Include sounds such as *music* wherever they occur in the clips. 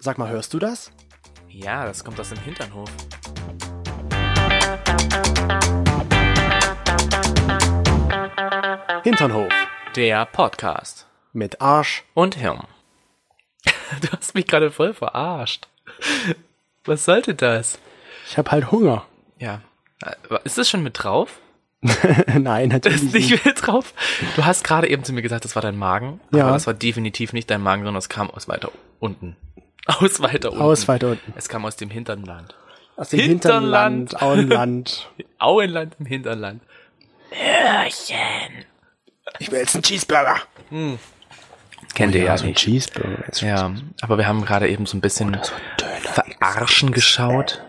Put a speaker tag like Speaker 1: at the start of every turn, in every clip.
Speaker 1: Sag mal, hörst du das?
Speaker 2: Ja, das kommt aus dem Hinternhof.
Speaker 1: Hinternhof
Speaker 2: Der Podcast.
Speaker 1: mit Arsch.
Speaker 2: Und Hirn. *laughs* Du hast mich gerade voll verarscht. Was sollte das?
Speaker 1: Ich hab halt Hunger. *laughs*
Speaker 2: Ja. Äh, Ist das schon mit drauf? Mhm.
Speaker 1: Nein, natürlich
Speaker 2: Ist
Speaker 1: nicht.
Speaker 2: nicht mit drauf? Du hast gerade eben zu mir gesagt, das war dein Magen.
Speaker 1: Ja.
Speaker 2: Aber das war definitiv nicht dein Magen, sondern es kam aus weiter unten. *laughs* Aus weiter unten.
Speaker 1: Aus weiter unten.
Speaker 2: Es kam aus dem Hinternland.
Speaker 1: Aus dem
Speaker 2: Hinterland.
Speaker 1: Hinterland, Auenland.
Speaker 2: Auenland im Hinternland.
Speaker 1: Ich will jetzt einen Cheeseburger.
Speaker 2: Kennt ihr Oh ja
Speaker 1: so ein
Speaker 2: nicht.
Speaker 1: Cheeseburger. Jetzt
Speaker 2: Ja, aber wir haben gerade eben so ein bisschen verarschen geschaut.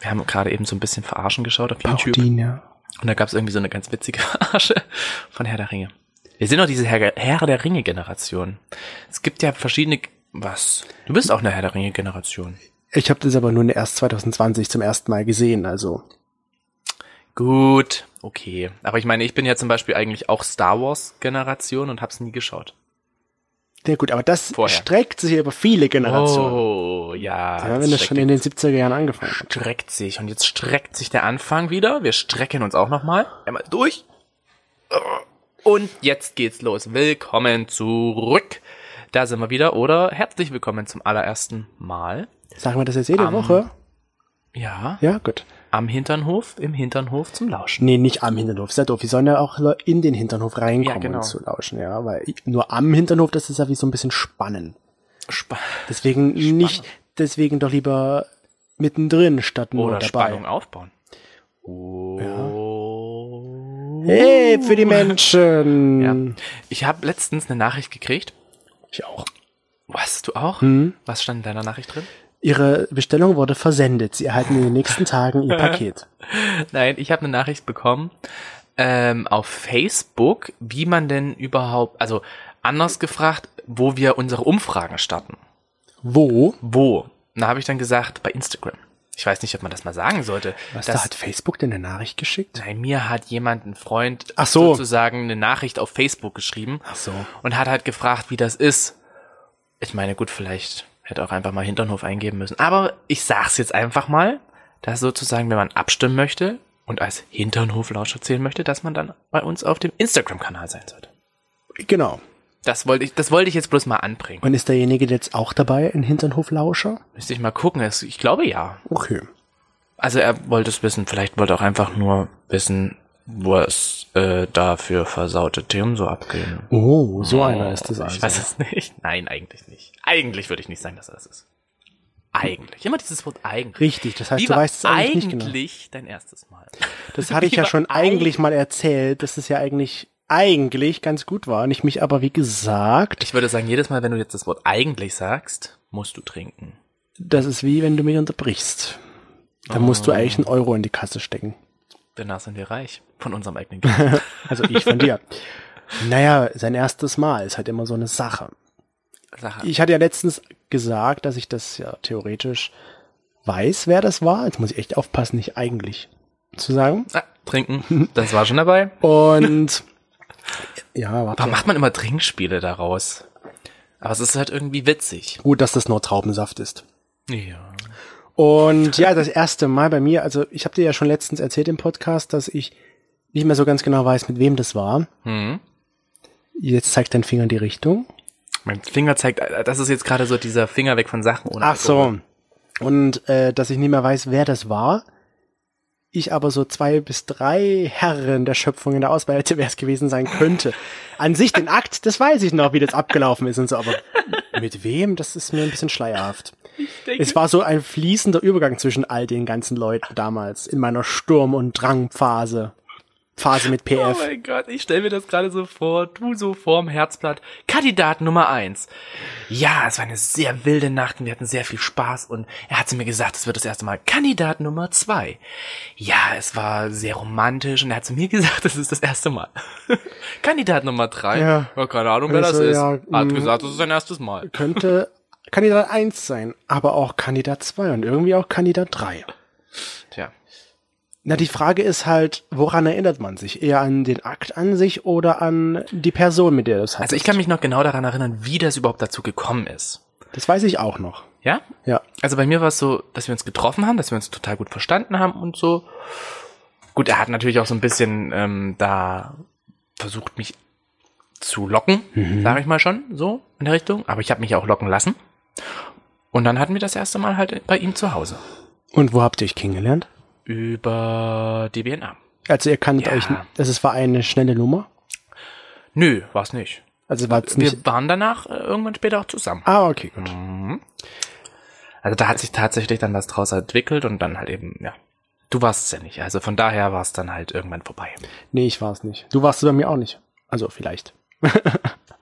Speaker 2: Wir haben gerade eben so ein bisschen verarschen geschaut auf YouTube.
Speaker 1: Paudine.
Speaker 2: Und da gab es irgendwie so eine ganz witzige *laughs* Verarsche von Herr der Ringe. Wir sind doch diese Herr, Herr der Ringe-Generation. Es gibt ja verschiedene. Was? Du bist auch eine Herr der Ringe-Generation.
Speaker 1: Ich habe das aber nun erst 2020 zum ersten Mal gesehen, also.
Speaker 2: Gut, okay. Aber ich meine, ich bin ja zum Beispiel eigentlich auch Star Wars-Generation und hab's nie geschaut.
Speaker 1: Ja gut, aber das
Speaker 2: Vorher.
Speaker 1: streckt sich über viele Generationen.
Speaker 2: Oh, ja.
Speaker 1: ja, wenn das
Speaker 2: streckt
Speaker 1: schon in den 70er Jahren angefangen hat.
Speaker 2: streckt sich. Und jetzt streckt sich der Anfang wieder. Wir strecken uns auch nochmal. Einmal durch. Und jetzt geht's los. Willkommen zurück. Da sind wir wieder. Oder herzlich willkommen zum allerersten Mal.
Speaker 1: Sagen wir das jetzt jede
Speaker 2: Am-
Speaker 1: Woche?
Speaker 2: Ja,
Speaker 1: Ja, gut.
Speaker 2: am Hinternhof, im Hinternhof zum Lauschen.
Speaker 1: Nee, nicht am Hinternhof, sehr doof. Wir sollen ja auch le- in den Hinternhof reinkommen
Speaker 2: Ja, genau.
Speaker 1: und zu lauschen, ja. Weil i- nur am Hinternhof, das ist ja wie so ein bisschen spannend.
Speaker 2: Spa
Speaker 1: Deswegen nicht, deswegen doch lieber mittendrin statt nur
Speaker 2: oder
Speaker 1: dabei.
Speaker 2: Spannung aufbauen. Oh.
Speaker 1: Hey, für die Menschen!
Speaker 2: Ja. Ich habe letztens eine Nachricht gekriegt.
Speaker 1: Ich auch.
Speaker 2: Was, du auch? Was stand in deiner Nachricht drin?
Speaker 1: Ihre Bestellung wurde versendet. Sie erhalten in den nächsten Tagen
Speaker 2: *laughs*
Speaker 1: ihr Paket.
Speaker 2: Nein, ich habe eine Nachricht bekommen ähm, auf Facebook, wie man denn überhaupt, also anders gefragt, wo wir unsere Umfragen starten.
Speaker 1: Wo?
Speaker 2: Wo? Da habe ich dann gesagt, bei Instagram. Ich weiß nicht, ob man das mal sagen sollte.
Speaker 1: Was,
Speaker 2: dass-
Speaker 1: da hat Facebook denn eine Nachricht geschickt?
Speaker 2: Nein, mir hat jemand, ein Freund,
Speaker 1: Ach so.
Speaker 2: sozusagen eine Nachricht auf Facebook geschrieben
Speaker 1: Ach so.
Speaker 2: und hat halt gefragt, wie das ist. Ich meine, gut, vielleicht hätte auch einfach mal Hinternhof eingeben müssen. Aber ich sag's jetzt einfach mal, dass sozusagen, wenn man abstimmen möchte und als Hinternhoflauscher zählen möchte, dass man dann bei uns auf dem Instagram-Kanal sein sollte.
Speaker 1: Genau.
Speaker 2: Das wollte ich, das wollte ich jetzt bloß mal anbringen.
Speaker 1: Und ist derjenige jetzt auch dabei, ein Hinternhoflauscher?
Speaker 2: Müsste ich mal gucken. Es- Ich glaube ja.
Speaker 1: Okay.
Speaker 2: Also er wollte es wissen, vielleicht wollte er auch einfach nur wissen, was äh, da für versaute Themen so abgehen.
Speaker 1: Oh, so einer ist das also.
Speaker 2: Ich weiß es nicht. Nein, eigentlich nicht. Eigentlich würde ich nicht sagen, dass er das ist. Eigentlich. Immer dieses Wort eigentlich.
Speaker 1: Richtig, das heißt,
Speaker 2: Wie
Speaker 1: du
Speaker 2: war
Speaker 1: weißt es eigentlich, nicht genau.
Speaker 2: eigentlich dein erstes Mal.
Speaker 1: Das hatte ich ja
Speaker 2: war
Speaker 1: schon
Speaker 2: eigentlich-
Speaker 1: eigentlich mal erzählt, dass es ja eigentlich, eigentlich ganz gut war. Und ich mich aber, wie gesagt,
Speaker 2: Ich würde sagen, jedes Mal, wenn du jetzt das Wort eigentlich sagst, musst du trinken.
Speaker 1: das ist wie wenn du mich unterbrichst. Da musst du eigentlich einen Euro in die Kasse stecken.
Speaker 2: Danach sind wir reich. Von unserem
Speaker 1: *laughs*
Speaker 2: eigenen Geld.
Speaker 1: Also ich von dir. Naja, sein erstes Mal ist halt immer so eine Sache.
Speaker 2: Sache.
Speaker 1: Ich hatte ja letztens gesagt, dass ich das ja theoretisch weiß, wer das war. Jetzt muss ich echt aufpassen, nicht eigentlich zu sagen.
Speaker 2: Ah, trinken. Das war schon dabei.
Speaker 1: Und ja, warte.
Speaker 2: Warum macht man immer Trinkspiele daraus? Aber es ist halt irgendwie witzig.
Speaker 1: Gut, dass das nur Traubensaft ist.
Speaker 2: Ja.
Speaker 1: Und ja, das erste Mal bei mir, also ich habe dir ja schon letztens erzählt im Podcast, dass ich nicht mehr so ganz genau weiß, mit wem das war.
Speaker 2: Hm.
Speaker 1: Jetzt zeigt dein Finger in die Richtung.
Speaker 2: Mein Finger zeigt, äh, das ist jetzt gerade so dieser Finger weg von Sachen ohne
Speaker 1: Ach so. Und äh, dass ich nicht mehr weiß, wer das war. Ich aber so zwei bis drei Herren der Schöpfung in der Auswahl *laughs* hätte, wer es gewesen sein könnte. An sich den Akt, das weiß ich noch, wie das abgelaufen ist und so, aber mit wem, das ist mir ein bisschen schleierhaft. Es war so ein fließender Übergang zwischen all den ganzen Leuten damals in meiner Sturm- und Drangphase. Phase mit
Speaker 2: Oh
Speaker 1: PF.
Speaker 2: mein Gott, ich stelle mir das gerade so vor. Du so vorm Herzblatt. Kandidat Nummer eins. Ja, es war eine sehr wilde Nacht und wir hatten sehr viel Spaß und er hat zu mir gesagt, es wird das erste Mal Kandidat Nummer zwei. Ja, es war sehr romantisch und er hat zu mir *laughs* gesagt, es ist das erste Mal. *laughs* Kandidat Nummer drei.
Speaker 1: Ja.
Speaker 2: keine Ahnung, wer
Speaker 1: Ich
Speaker 2: das
Speaker 1: so,
Speaker 2: ist.
Speaker 1: ja,
Speaker 2: hat
Speaker 1: mm.
Speaker 2: gesagt, es ist sein erstes Mal.
Speaker 1: Könnte Kandidat 1 sein, aber auch Kandidat 2 und irgendwie auch Kandidat 3. Also,
Speaker 2: Tja.
Speaker 1: Na, die Frage ist halt, woran erinnert man sich? Eher an den Akt an sich oder an die Person, mit der du es hattest?
Speaker 2: Also ich kann mich noch genau daran erinnern, wie das überhaupt dazu gekommen ist.
Speaker 1: Das weiß ich auch noch.
Speaker 2: Ja?
Speaker 1: Ja.
Speaker 2: Also bei mir war es so, dass wir uns getroffen haben, dass wir uns total gut verstanden haben und so. Gut, er hat natürlich auch so ein bisschen ähm, da versucht, mich zu locken, sage ich mal schon, so in der Richtung. Aber ich habe mich auch locken lassen. Und dann hatten wir das erste Mal halt bei ihm zu Hause.
Speaker 1: Und wo habt ihr euch kennengelernt?
Speaker 2: Über DBNA.
Speaker 1: Also ihr kanntet
Speaker 2: Ja.
Speaker 1: euch, das ist, war eine schnelle Nummer.
Speaker 2: Nö, war es nicht.
Speaker 1: Also war es nicht.
Speaker 2: Wir waren danach äh, irgendwann später auch zusammen.
Speaker 1: Ah, okay, gut.
Speaker 2: Also da hat sich tatsächlich dann was draus entwickelt und dann halt eben, ja. Du warst es ja nicht. Also von daher war es dann halt irgendwann vorbei.
Speaker 1: Nee, ich war es nicht. Du warst es bei mir auch nicht. Also vielleicht. *laughs*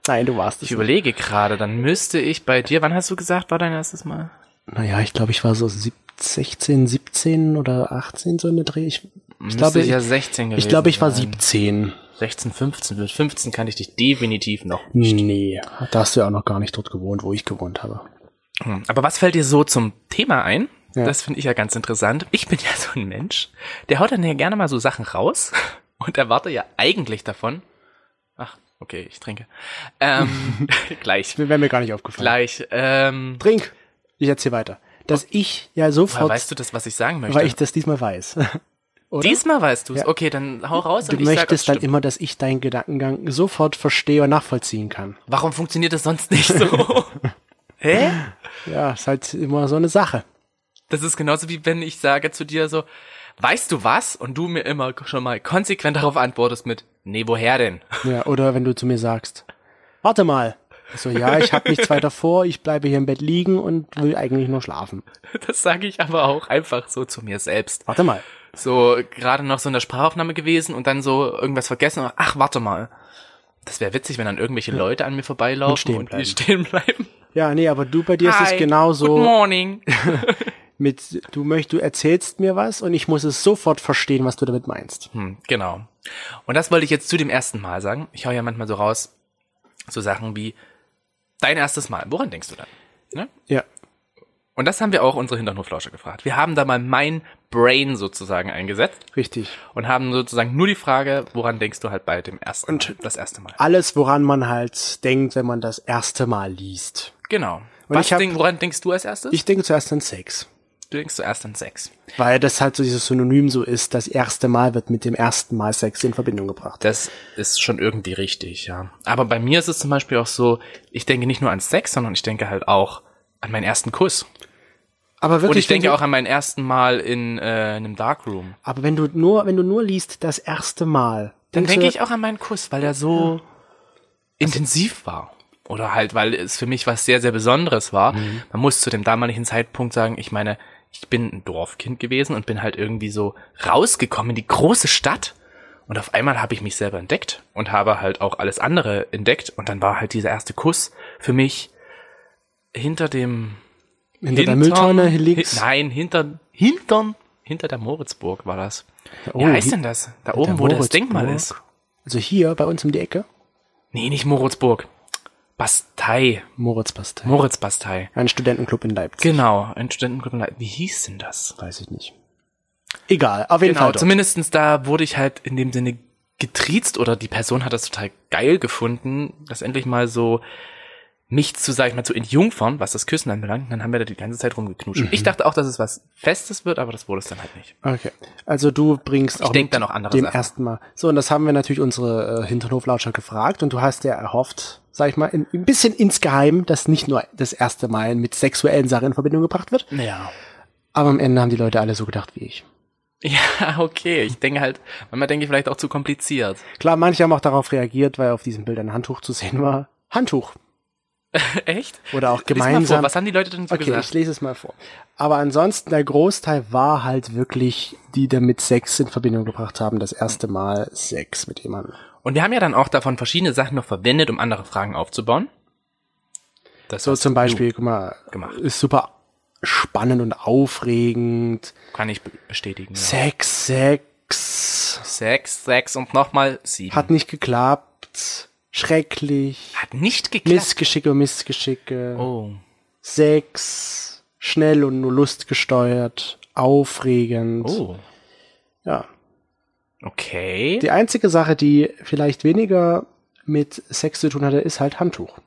Speaker 1: Nein, du warst es.
Speaker 2: Ich überlege gerade, dann müsste ich bei dir, wann hast du gesagt, war dein erstes Mal?
Speaker 1: Naja, ich glaube, ich war so sieb- 16, 17 oder 18 so eine Dreh. Ich, ich glaube,
Speaker 2: ja
Speaker 1: ich,
Speaker 2: 16 gewesen
Speaker 1: ich, glaube, ich war
Speaker 2: sein.
Speaker 1: 17.
Speaker 2: 16, 15. Mit 15 kann ich dich definitiv noch.
Speaker 1: Nee, da hast du ja auch noch gar nicht dort gewohnt, wo ich gewohnt habe.
Speaker 2: Hm. Aber was fällt dir so zum Thema ein?
Speaker 1: Ja.
Speaker 2: Das finde ich ja ganz interessant. Ich bin *laughs* ja so ein Mensch, der haut dann ja gerne mal so Sachen raus *laughs* und erwarte ja eigentlich davon. Ach, okay, ich trinke.
Speaker 1: *laughs*
Speaker 2: Ähm, gleich,
Speaker 1: Wäre mir gar nicht aufgefallen.
Speaker 2: gleich. Ähm,
Speaker 1: Trink! Ich erzähl weiter. Dass ich ja
Speaker 2: woher
Speaker 1: sofort,
Speaker 2: weißt du das, was ich sagen möchte?
Speaker 1: weil ich das diesmal weiß. oder?
Speaker 2: Diesmal weißt du es.
Speaker 1: Ja.
Speaker 2: Okay, dann hau
Speaker 1: *laughs*
Speaker 2: raus
Speaker 1: Du
Speaker 2: und ich sag,
Speaker 1: möchtest
Speaker 2: oh,
Speaker 1: dann immer, dass ich deinen Gedankengang sofort verstehe und nachvollziehen kann.
Speaker 2: Warum funktioniert das sonst nicht
Speaker 1: *laughs*
Speaker 2: so? Hä?
Speaker 1: Ja, ist halt immer so eine Sache.
Speaker 2: Das ist genauso wie wenn ich sage zu dir so, weißt du was? Und du mir immer schon mal konsequent darauf antwortest mit, nee, woher denn? *laughs*
Speaker 1: Ja, oder wenn du zu mir sagst, warte mal. Ich So, ja, ich habe nichts weiter vor, ich bleibe hier im Bett liegen und will eigentlich nur schlafen.
Speaker 2: Das sage ich aber auch einfach so zu mir selbst.
Speaker 1: Warte mal.
Speaker 2: So gerade noch so in der Sprachaufnahme gewesen und dann so irgendwas vergessen und ach, warte mal. Das wäre witzig, wenn dann irgendwelche Leute an mir vorbeilaufen und,
Speaker 1: stehen
Speaker 2: wir
Speaker 1: bleiben.
Speaker 2: stehen bleiben.
Speaker 1: Ja, nee, aber du bei dir ist
Speaker 2: Hi,
Speaker 1: es genau
Speaker 2: Good
Speaker 1: so
Speaker 2: morning.
Speaker 1: mit du möchtest, du erzählst mir was und ich muss es sofort verstehen, was du damit meinst.
Speaker 2: Hm, genau. Und das wollte ich jetzt zu dem ersten Mal sagen. Ich hau ja manchmal so raus, so Sachen wie dein erstes Mal. Woran denkst du dann? Ne?
Speaker 1: Ja.
Speaker 2: Und das haben wir auch unsere Hinterhoflauscher gefragt. Wir haben da mal mein Brain sozusagen eingesetzt
Speaker 1: Richtig.
Speaker 2: und haben sozusagen nur die Frage, woran denkst du halt bei dem ersten,
Speaker 1: Und-
Speaker 2: Mal, das erste Mal?
Speaker 1: Alles, woran man halt denkt, wenn man das erste Mal liest.
Speaker 2: Genau.
Speaker 1: Und
Speaker 2: Was
Speaker 1: ich hab-
Speaker 2: denk, woran denkst du als erstes?
Speaker 1: Ich denke zuerst an Sex.
Speaker 2: du denkst zuerst an Sex.
Speaker 1: Weil das halt so dieses Synonym so ist, das erste Mal wird mit dem ersten Mal Sex in Verbindung gebracht.
Speaker 2: Das ist schon irgendwie richtig, ja. Aber bei mir ist es zum Beispiel auch so, ich denke nicht nur an Sex, sondern ich denke halt auch an meinen ersten Kuss.
Speaker 1: Aber wirklich,
Speaker 2: Und ich
Speaker 1: wenn
Speaker 2: denke
Speaker 1: du,
Speaker 2: auch an mein ersten Mal in äh, einem Darkroom.
Speaker 1: Aber wenn du nur, wenn du nur liest, das erste Mal,
Speaker 2: Dann
Speaker 1: denkst
Speaker 2: denke
Speaker 1: du,
Speaker 2: ich auch an meinen Kuss, weil der so intensiv war. Oder halt, weil es für mich was sehr, sehr Besonderes war.
Speaker 1: Mhm.
Speaker 2: Man muss zu dem damaligen Zeitpunkt sagen, ich meine, ich bin ein Dorfkind gewesen und bin halt irgendwie so rausgekommen in die große Stadt. Und auf einmal habe ich mich selber entdeckt und habe halt auch alles andere entdeckt. Und dann war halt dieser erste Kuss für mich hinter dem
Speaker 1: hinter der
Speaker 2: Hintern-
Speaker 1: Mülltonne links.
Speaker 2: Hi- Nein, hinter, hintern, hinter der Moritzburg war das.
Speaker 1: Oh,
Speaker 2: Wie heißt
Speaker 1: hi-
Speaker 2: denn das? Da oben, wo das
Speaker 1: Moritzburg?
Speaker 2: Denkmal ist.
Speaker 1: Also hier bei uns um die Ecke,
Speaker 2: Nee, nicht Moritzburg. Bastei.
Speaker 1: Moritzpastei.
Speaker 2: Moritzbastei.
Speaker 1: Ein Studentenclub in Leipzig.
Speaker 2: Genau, ein Studentengruppenleiter. Wie hieß denn das?
Speaker 1: Weiß ich nicht. Egal, auf jeden
Speaker 2: Genau,
Speaker 1: Fall. Dort.
Speaker 2: zumindestens da wurde ich halt in dem Sinne getriezt oder die Person hat das total geil gefunden, dass endlich mal so mich zu, sag ich mal, zu entjungfern, was das Küssen anbelangt. Und Dann haben wir da die ganze Zeit rumgeknutscht.
Speaker 1: Mhm.
Speaker 2: Ich dachte auch, dass es was Festes wird, aber das wurde es dann halt nicht.
Speaker 1: Okay. Also du bringst auch
Speaker 2: denk
Speaker 1: mit
Speaker 2: dann auch andere
Speaker 1: dem
Speaker 2: Sachen.
Speaker 1: ersten Mal. So, und das haben wir natürlich unsere äh, Hinternhoflautscher gefragt und du hast ja erhofft, sag ich mal, in, ein bisschen insgeheim, dass nicht nur das erste Mal mit sexuellen Sachen in Verbindung gebracht wird.
Speaker 2: Ja.
Speaker 1: Aber am Ende haben die Leute alle so gedacht wie ich.
Speaker 2: Ja, *laughs* okay. Ich denke halt, manchmal denke ich vielleicht auch zu kompliziert.
Speaker 1: Klar, manche haben auch darauf reagiert, weil auf diesem Bild ein Handtuch zu sehen war. Handtuch.
Speaker 2: *laughs* Echt?
Speaker 1: Oder auch
Speaker 2: Lies mal Vor,
Speaker 1: gemeinsam.
Speaker 2: was haben die Leute denn so
Speaker 1: Okay, ich
Speaker 2: gesagt?
Speaker 1: lese es mal vor. Aber ansonsten, der Großteil war halt wirklich, die damit Sex in Verbindung gebracht haben, das erste Mal Sex mit jemandem.
Speaker 2: Und wir haben ja dann auch davon verschiedene Sachen noch verwendet, um andere Fragen aufzubauen. Das
Speaker 1: So
Speaker 2: hast
Speaker 1: zum
Speaker 2: du-
Speaker 1: Beispiel, guck mal,
Speaker 2: gemacht.
Speaker 1: ist super spannend und aufregend.
Speaker 2: Kann ich be- bestätigen. Ja.
Speaker 1: Sex, Sex.
Speaker 2: Sechs, sechs und nochmal sieben.
Speaker 1: Hat nicht geklappt. Schrecklich.
Speaker 2: Hat nicht geklappt.
Speaker 1: Missgeschicke, Missgeschicke.
Speaker 2: Oh.
Speaker 1: Sex. Schnell und nur lustgesteuert. Aufregend.
Speaker 2: Oh.
Speaker 1: Ja.
Speaker 2: Okay.
Speaker 1: Die einzige Sache, die vielleicht weniger mit Sex zu tun hatte, ist halt Handtuch.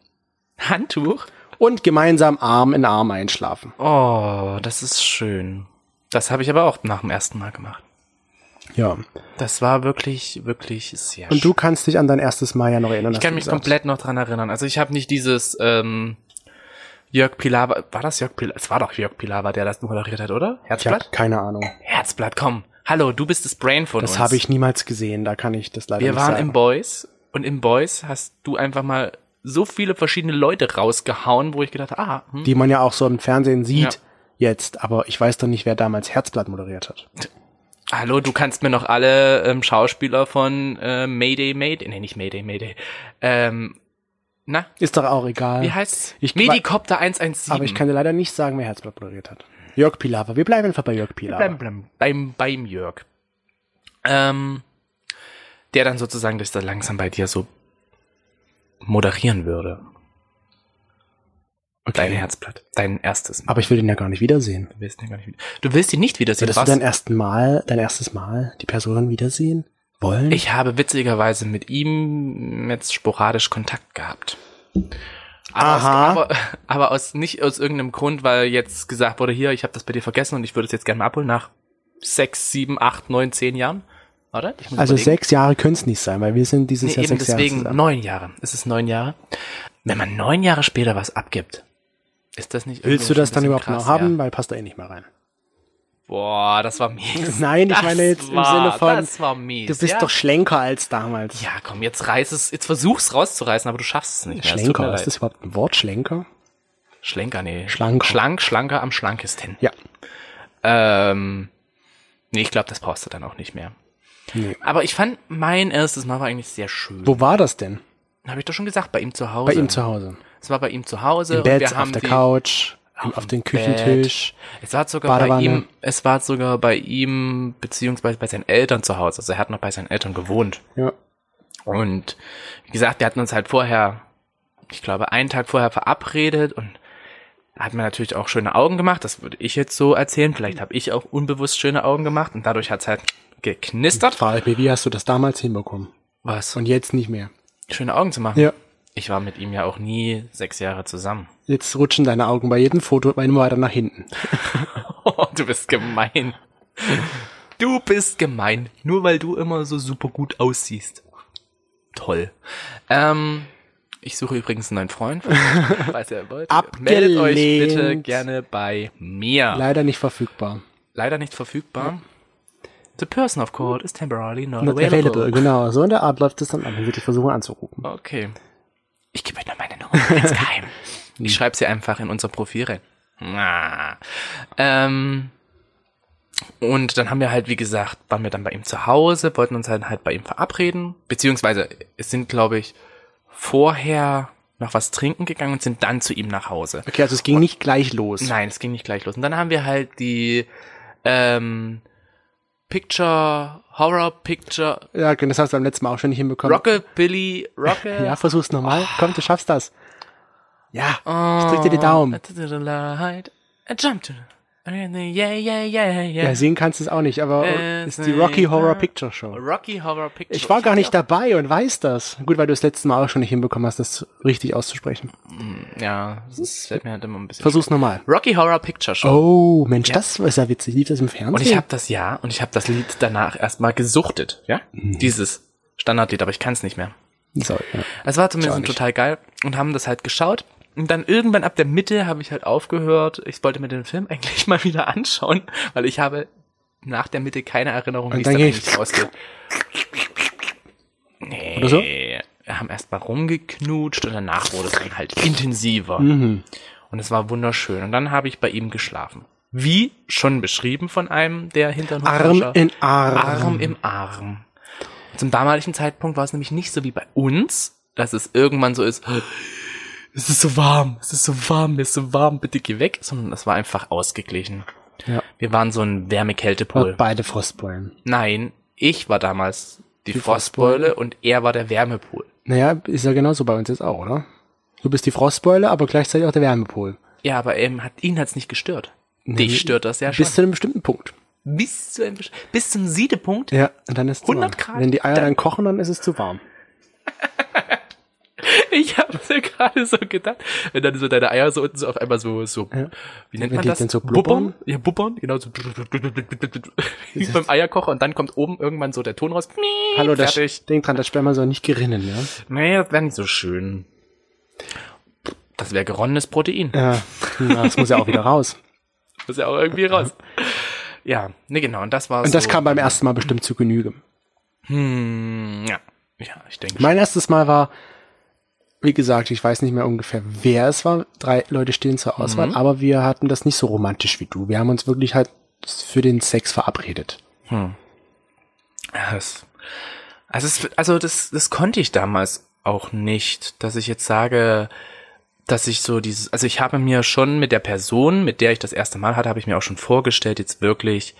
Speaker 2: Handtuch?
Speaker 1: und gemeinsam Arm in Arm einschlafen.
Speaker 2: Oh, das ist schön. Das habe ich aber auch nach dem ersten Mal gemacht.
Speaker 1: Ja.
Speaker 2: Das war wirklich, wirklich sehr
Speaker 1: Und du kannst dich an dein erstes Mal ja noch erinnern.
Speaker 2: Ich
Speaker 1: hast
Speaker 2: kann
Speaker 1: du
Speaker 2: mich
Speaker 1: gesagt.
Speaker 2: komplett noch dran erinnern. Also ich habe nicht dieses ähm, Jörg Pilawa, war das Jörg Pilawa? Es war doch Jörg Pilawa, der das moderiert hat, oder?
Speaker 1: Ich habe
Speaker 2: Herzblatt?
Speaker 1: keine Ahnung.
Speaker 2: Herzblatt, komm. Hallo, du bist das Brain von uns.
Speaker 1: Das habe ich niemals gesehen, da kann ich das leider
Speaker 2: Wir
Speaker 1: nicht
Speaker 2: waren
Speaker 1: sagen.
Speaker 2: im Boys und im Boys hast du einfach mal so viele verschiedene Leute rausgehauen, wo ich gedacht habe, ah, hm,
Speaker 1: die man ja auch so im Fernsehen sieht
Speaker 2: Ja.
Speaker 1: jetzt, aber ich weiß doch nicht, wer damals Herzblatt moderiert hat.
Speaker 2: hallo, du kannst mir noch alle ähm, Schauspieler von äh, Mayday, Mayday, nee, nicht Mayday, Mayday, ähm, na,
Speaker 1: Ist doch auch egal.
Speaker 2: wie heißt's?
Speaker 1: Ich-
Speaker 2: Medicopter 117.
Speaker 1: aber ich kann dir leider nicht sagen, wer Herzblatt moderiert hat. Jörg Pilawa. Wir bleiben einfach bei Jörg
Speaker 2: beim,
Speaker 1: Pilawa.
Speaker 2: beim, beim, beim Jörg. Ähm, der dann sozusagen das da langsam bei dir so moderieren würde. Dein Herzblatt. Dein erstes.
Speaker 1: Aber ich will den ja gar nicht wiedersehen.
Speaker 2: Du willst ihn gar nicht wieder. Du willst ihn nicht wiedersehen.
Speaker 1: Würdest du
Speaker 2: Was?
Speaker 1: dein ersten Mal, dein erstes Mal die Person wiedersehen wollen?
Speaker 2: Ich habe witzigerweise mit ihm jetzt sporadisch Kontakt gehabt. Aber
Speaker 1: Aha.
Speaker 2: Aus, aber, *laughs* aber aus nicht aus irgendeinem Grund, weil jetzt gesagt wurde, hier, ich habe das bei dir vergessen und ich würde es jetzt gerne mal abholen nach sechs, sieben, acht, neun, zehn Jahren. Oder? Ich muss
Speaker 1: also
Speaker 2: überlegen.
Speaker 1: sechs Jahre können es nicht sein, weil wir sind dieses
Speaker 2: Nee,
Speaker 1: Jahr
Speaker 2: eben
Speaker 1: sechs
Speaker 2: deswegen
Speaker 1: Jahre. zusammen.
Speaker 2: neun Jahre. Es ist neun Jahre. Wenn man neun Jahre später was abgibt, ist das nicht
Speaker 1: Willst du
Speaker 2: irgendwie
Speaker 1: das dann
Speaker 2: schon ein bisschen
Speaker 1: überhaupt
Speaker 2: krass,
Speaker 1: noch haben?
Speaker 2: Ja.
Speaker 1: Weil passt da eh nicht mehr rein.
Speaker 2: Boah, das war mies.
Speaker 1: *laughs* Nein, ich
Speaker 2: das
Speaker 1: meine jetzt im
Speaker 2: war,
Speaker 1: Sinne von,
Speaker 2: Das war mies.
Speaker 1: Du bist
Speaker 2: ja?
Speaker 1: doch schlenker als damals.
Speaker 2: Ja, komm, jetzt reiß es, jetzt versuch's rauszureißen, aber du schaffst es nicht. Mehr. Es tut mir
Speaker 1: Schlenker, ist
Speaker 2: leid.
Speaker 1: das überhaupt ein Wort, Schlenker?
Speaker 2: Schlenker, nee.
Speaker 1: Schlanker.
Speaker 2: Schlank, schlanker am schlankesten.
Speaker 1: Ja.
Speaker 2: Ähm, nee, ich glaube, das brauchst du dann auch nicht mehr.
Speaker 1: Nee.
Speaker 2: Aber ich fand, mein erstes Mal war eigentlich sehr schön.
Speaker 1: Wo war das denn?
Speaker 2: Habe ich doch schon gesagt, bei ihm zu Hause.
Speaker 1: Bei ihm zu Hause.
Speaker 2: Es war bei ihm zu Hause.
Speaker 1: Im
Speaker 2: und
Speaker 1: Bett,
Speaker 2: wir
Speaker 1: auf
Speaker 2: haben
Speaker 1: der
Speaker 2: die-
Speaker 1: Couch, auf dem Küchentisch.
Speaker 2: Es war sogar
Speaker 1: Badewanne.
Speaker 2: bei ihm, es war sogar bei ihm, beziehungsweise bei seinen Eltern zu Hause. Also er hat noch bei seinen Eltern gewohnt.
Speaker 1: Ja.
Speaker 2: Und wie gesagt, wir hatten uns halt vorher, ich glaube, einen Tag vorher verabredet und da hat mir natürlich auch schöne Augen gemacht. Das würde ich jetzt so erzählen. Vielleicht habe ich auch unbewusst schöne Augen gemacht und dadurch hat es halt geknistert.
Speaker 1: Frage ich mich, wie hast du das damals hinbekommen?
Speaker 2: Was? Und
Speaker 1: Und jetzt nicht mehr.
Speaker 2: schöne Augen zu machen.
Speaker 1: Ja.
Speaker 2: Ich war mit ihm ja auch nie sechs Jahre zusammen.
Speaker 1: Jetzt rutschen deine Augen bei jedem Foto immer weiter nach hinten.
Speaker 2: Oh, du bist gemein. Du bist gemein. Nur weil du immer so super gut aussiehst. Toll. Ähm, ich suche übrigens einen neuen Freund. Falls ihr wollt,
Speaker 1: *laughs*
Speaker 2: meldet euch bitte
Speaker 1: Abgelehnt.
Speaker 2: gerne bei mir.
Speaker 1: Leider nicht verfügbar.
Speaker 2: Leider nicht verfügbar. The person of court is temporarily not,
Speaker 1: Not
Speaker 2: available.
Speaker 1: available. genau. So in der Art läuft es dann ab. Dann würde ich versuchen anzurufen.
Speaker 2: Okay. Ich gebe euch noch meine Nummer ganz geheim. *laughs* Ich schreibe sie einfach in unser Profil rein. Na. Ähm, und dann haben wir halt, wie gesagt, waren wir dann bei ihm zu Hause, wollten uns halt, halt bei ihm verabreden. Beziehungsweise es sind, glaube ich, vorher noch was trinken gegangen und sind dann zu ihm nach Hause.
Speaker 1: Okay, also es ging nicht gleich los.
Speaker 2: Nein, es ging nicht gleich los. Und dann haben wir halt die ähm, Picture, Horror Picture,
Speaker 1: Ja, okay, das hast du beim letzten Mal auch schon nicht hinbekommen.
Speaker 2: Rockabilly, *laughs* Rocket.
Speaker 1: Ja, versuch's nochmal. Komm, du schaffst das. Ja, ich
Speaker 2: Oh,
Speaker 1: drück dir die Daumen.
Speaker 2: To the light, I jump to the- Yeah, yeah, yeah, yeah.
Speaker 1: Ja, sehen kannst du es auch nicht, aber
Speaker 2: Äh,
Speaker 1: es ist die Rocky
Speaker 2: nee,
Speaker 1: Horror
Speaker 2: ja.
Speaker 1: Picture Show.
Speaker 2: Rocky Horror Picture.
Speaker 1: Ich war gar nicht dabei und weiß das. Gut, weil du das letzte Mal auch schon nicht hinbekommen hast, das richtig auszusprechen.
Speaker 2: Ja, das ist- fällt mir halt immer ein bisschen.
Speaker 1: Versuch's nochmal.
Speaker 2: Rocky Horror Picture Show.
Speaker 1: Oh, Mensch, das ist ja witzig. Lief das im Fernsehen?
Speaker 2: Und ich habe das ja und ich habe das Lied danach erstmal gesuchtet, ja?
Speaker 1: Mhm.
Speaker 2: Dieses Standardlied, aber ich kann es nicht mehr.
Speaker 1: So, ja.
Speaker 2: Es war zumindest total geil und haben das halt geschaut. Und dann irgendwann ab der Mitte habe ich halt aufgehört. Ich wollte mir den Film *laughs* eigentlich mal wieder anschauen, weil ich habe nach der Mitte keine Erinnerung, wie es
Speaker 1: dann
Speaker 2: dann
Speaker 1: ging's.
Speaker 2: eigentlich ausgeht. Nee.
Speaker 1: Oder so?
Speaker 2: Wir haben erst mal rumgeknutscht und danach wurde es dann halt intensiver.
Speaker 1: Mhm.
Speaker 2: Und es war wunderschön. Und dann habe ich bei ihm geschlafen. Wie schon beschrieben von einem der hinteren
Speaker 1: Arm in Arm.
Speaker 2: Arm im Arm. Zum damaligen Zeitpunkt war es nämlich nicht so wie bei uns, dass es irgendwann so ist, *gasps* es ist so warm, es ist so warm, mir ist so warm, bitte geh weg, sondern es war einfach ausgeglichen.
Speaker 1: Ja.
Speaker 2: Wir waren so ein Wärme-Kälte-Pol.
Speaker 1: Oh, Beide Frostbeulen.
Speaker 2: Nein, ich war damals die,
Speaker 1: Die Frostbeule.
Speaker 2: Frostbeule und er war der Wärmepol.
Speaker 1: Naja, ist ja genauso bei uns jetzt auch, oder? Du bist die Frostbeule, aber gleichzeitig auch der Wärmepol.
Speaker 2: Ja, aber ähm, hat, ihn hat's nicht gestört. Dich stört das ja schon.
Speaker 1: Bis zu einem bestimmten Punkt.
Speaker 2: bis, zu einem, besch- bis zum Siedepunkt.
Speaker 1: Ja, und dann ist es
Speaker 2: 100
Speaker 1: warm.
Speaker 2: Grad,
Speaker 1: Wenn die Eier
Speaker 2: dann-
Speaker 1: dann kochen, dann ist es zu warm.
Speaker 2: Ich habe mir gerade so gedacht, wenn dann so deine Eier so unten so auf einmal so, so
Speaker 1: Ja.
Speaker 2: wie nennt
Speaker 1: Wenn
Speaker 2: man
Speaker 1: die
Speaker 2: das?
Speaker 1: denn so blubbern?
Speaker 2: Ja, bubbern, genau so *laughs* wie beim Eierkocher und dann kommt oben irgendwann so der Ton raus. Miep,
Speaker 1: Hallo, das
Speaker 2: fertig.
Speaker 1: denk dran, das Sperma soll nicht gerinnen,
Speaker 2: *laughs*
Speaker 1: ja?
Speaker 2: Nee, das wäre nicht so schön. Das wäre geronnenes Protein.
Speaker 1: Ja, na, das muss ja auch wieder raus.
Speaker 2: Muss ja auch
Speaker 1: *laughs*
Speaker 2: irgendwie raus. Ja, nee, genau. Und das war
Speaker 1: Und
Speaker 2: so.
Speaker 1: das kam beim ersten Mal bestimmt zu Genüge.
Speaker 2: Hm, ja. Ja, ich denke.
Speaker 1: Mein erstes Mal war, wie gesagt, ich weiß nicht mehr ungefähr, wer es war. Drei Leute stehen zur Auswahl, aber wir hatten das nicht so romantisch wie du. Wir haben uns wirklich halt für den Sex verabredet.
Speaker 2: Ja, Das, also, es, also das, das konnte ich damals auch nicht, dass ich jetzt sage, dass ich so dieses, also ich habe mir schon mit der Person, mit der ich das erste Mal hatte, habe ich mir auch schon vorgestellt, jetzt wirklich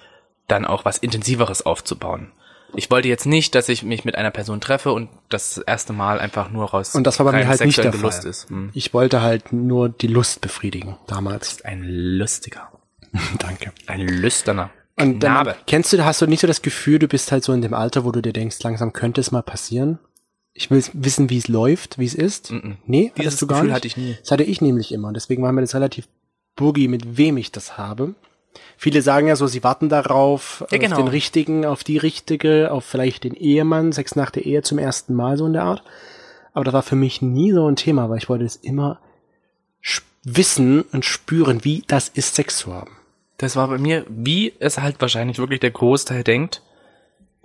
Speaker 2: dann auch was Intensiveres aufzubauen. Ich wollte jetzt nicht, dass ich mich mit einer Person treffe und das erste Mal einfach nur raus.
Speaker 1: Und das war bei mir
Speaker 2: rein
Speaker 1: halt nicht
Speaker 2: sexuellen
Speaker 1: der
Speaker 2: Gelust
Speaker 1: Fall.
Speaker 2: Ist. Hm.
Speaker 1: Ich wollte halt nur die Lust befriedigen damals. *laughs*
Speaker 2: Ist ein lustiger,
Speaker 1: Danke.
Speaker 2: ein lüsterner
Speaker 1: Und dann,
Speaker 2: Knabe.
Speaker 1: kennst du, hast du nicht so das Gefühl, du bist halt so in dem Alter, wo du dir denkst, langsam könnte es mal passieren? Ich will wissen, wie es läuft, wie es ist. Nee,
Speaker 2: Dieses
Speaker 1: hattest du gar
Speaker 2: Gefühl
Speaker 1: nicht?
Speaker 2: hatte ich nie.
Speaker 1: Das hatte ich nämlich immer. Und deswegen war mir das relativ boogie, mit wem ich das habe. Viele sagen ja so, sie warten darauf,
Speaker 2: Ja, genau.
Speaker 1: auf den richtigen, auf die richtige, auf vielleicht den Ehemann, Sex nach der Ehe zum ersten Mal, so in der Art. Aber das war für mich nie so ein Thema, weil ich wollte es immer sch- wissen und spüren, wie das ist, Sex zu haben.
Speaker 2: Das war bei mir, wie es halt wahrscheinlich wirklich der Großteil denkt.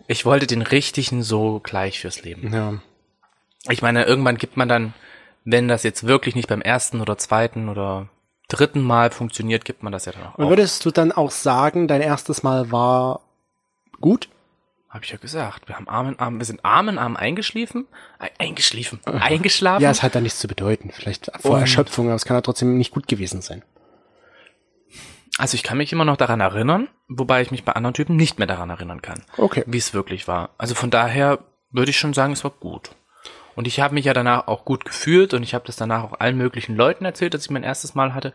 Speaker 2: Ich wollte den richtigen so gleich fürs Leben.
Speaker 1: Ja.
Speaker 2: Ich meine, irgendwann gibt man dann, wenn das jetzt wirklich nicht beim ersten oder zweiten oder dritten Mal funktioniert, gibt man das ja dann auch.
Speaker 1: Und
Speaker 2: auf.
Speaker 1: würdest du dann auch sagen, dein erstes Mal war gut?
Speaker 2: Hab ich ja gesagt. Wir haben Arm in Arm, wir sind Arm in Arm eingeschliefen, e-
Speaker 1: *laughs*
Speaker 2: eingeschliefen, eingeschlafen.
Speaker 1: Ja, es hat da nichts zu bedeuten. Vielleicht vor
Speaker 2: Und-
Speaker 1: Erschöpfung, aber es kann ja trotzdem nicht gut gewesen sein.
Speaker 2: Also ich kann mich immer noch daran erinnern, wobei ich mich bei anderen Typen nicht mehr daran erinnern kann.
Speaker 1: Okay.
Speaker 2: wie es wirklich war. Also von daher würde ich schon sagen, es war gut. Und ich habe mich ja danach auch gut gefühlt und ich habe das danach auch allen möglichen Leuten erzählt, dass ich mein erstes Mal hatte.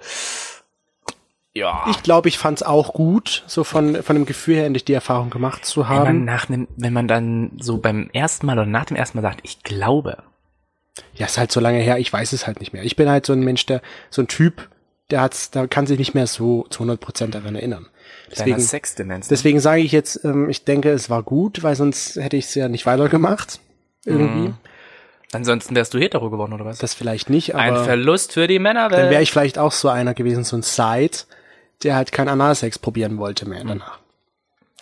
Speaker 2: Ja.
Speaker 1: Ich glaube, ich fand es auch gut, so von, von dem Gefühl her endlich die Erfahrung gemacht zu
Speaker 2: wenn, man
Speaker 1: haben.
Speaker 2: nach einem, wenn man dann so beim ersten Mal oder nach dem ersten Mal sagt, ich glaube.
Speaker 1: Ja, ist halt so lange her, ich weiß es halt nicht mehr. Ich bin halt so ein Mensch, der, so ein Typ, der hat's, der kann sich nicht mehr so zu 100 Prozent daran erinnern.
Speaker 2: Deiner
Speaker 1: Deswegen,
Speaker 2: Sexdemenz. ne?
Speaker 1: deswegen sage ich jetzt, ähm, ich denke, es war gut, weil sonst hätte ich es ja nicht weitergemacht. Irgendwie.
Speaker 2: Mhm. Ansonsten wärst du hetero geworden, oder was?
Speaker 1: Das vielleicht nicht, aber.
Speaker 2: Ein Verlust für die
Speaker 1: dann wäre
Speaker 2: Männerwelt.
Speaker 1: ich vielleicht auch so einer gewesen, so ein Side, der halt keinen Analsex probieren wollte mehr danach.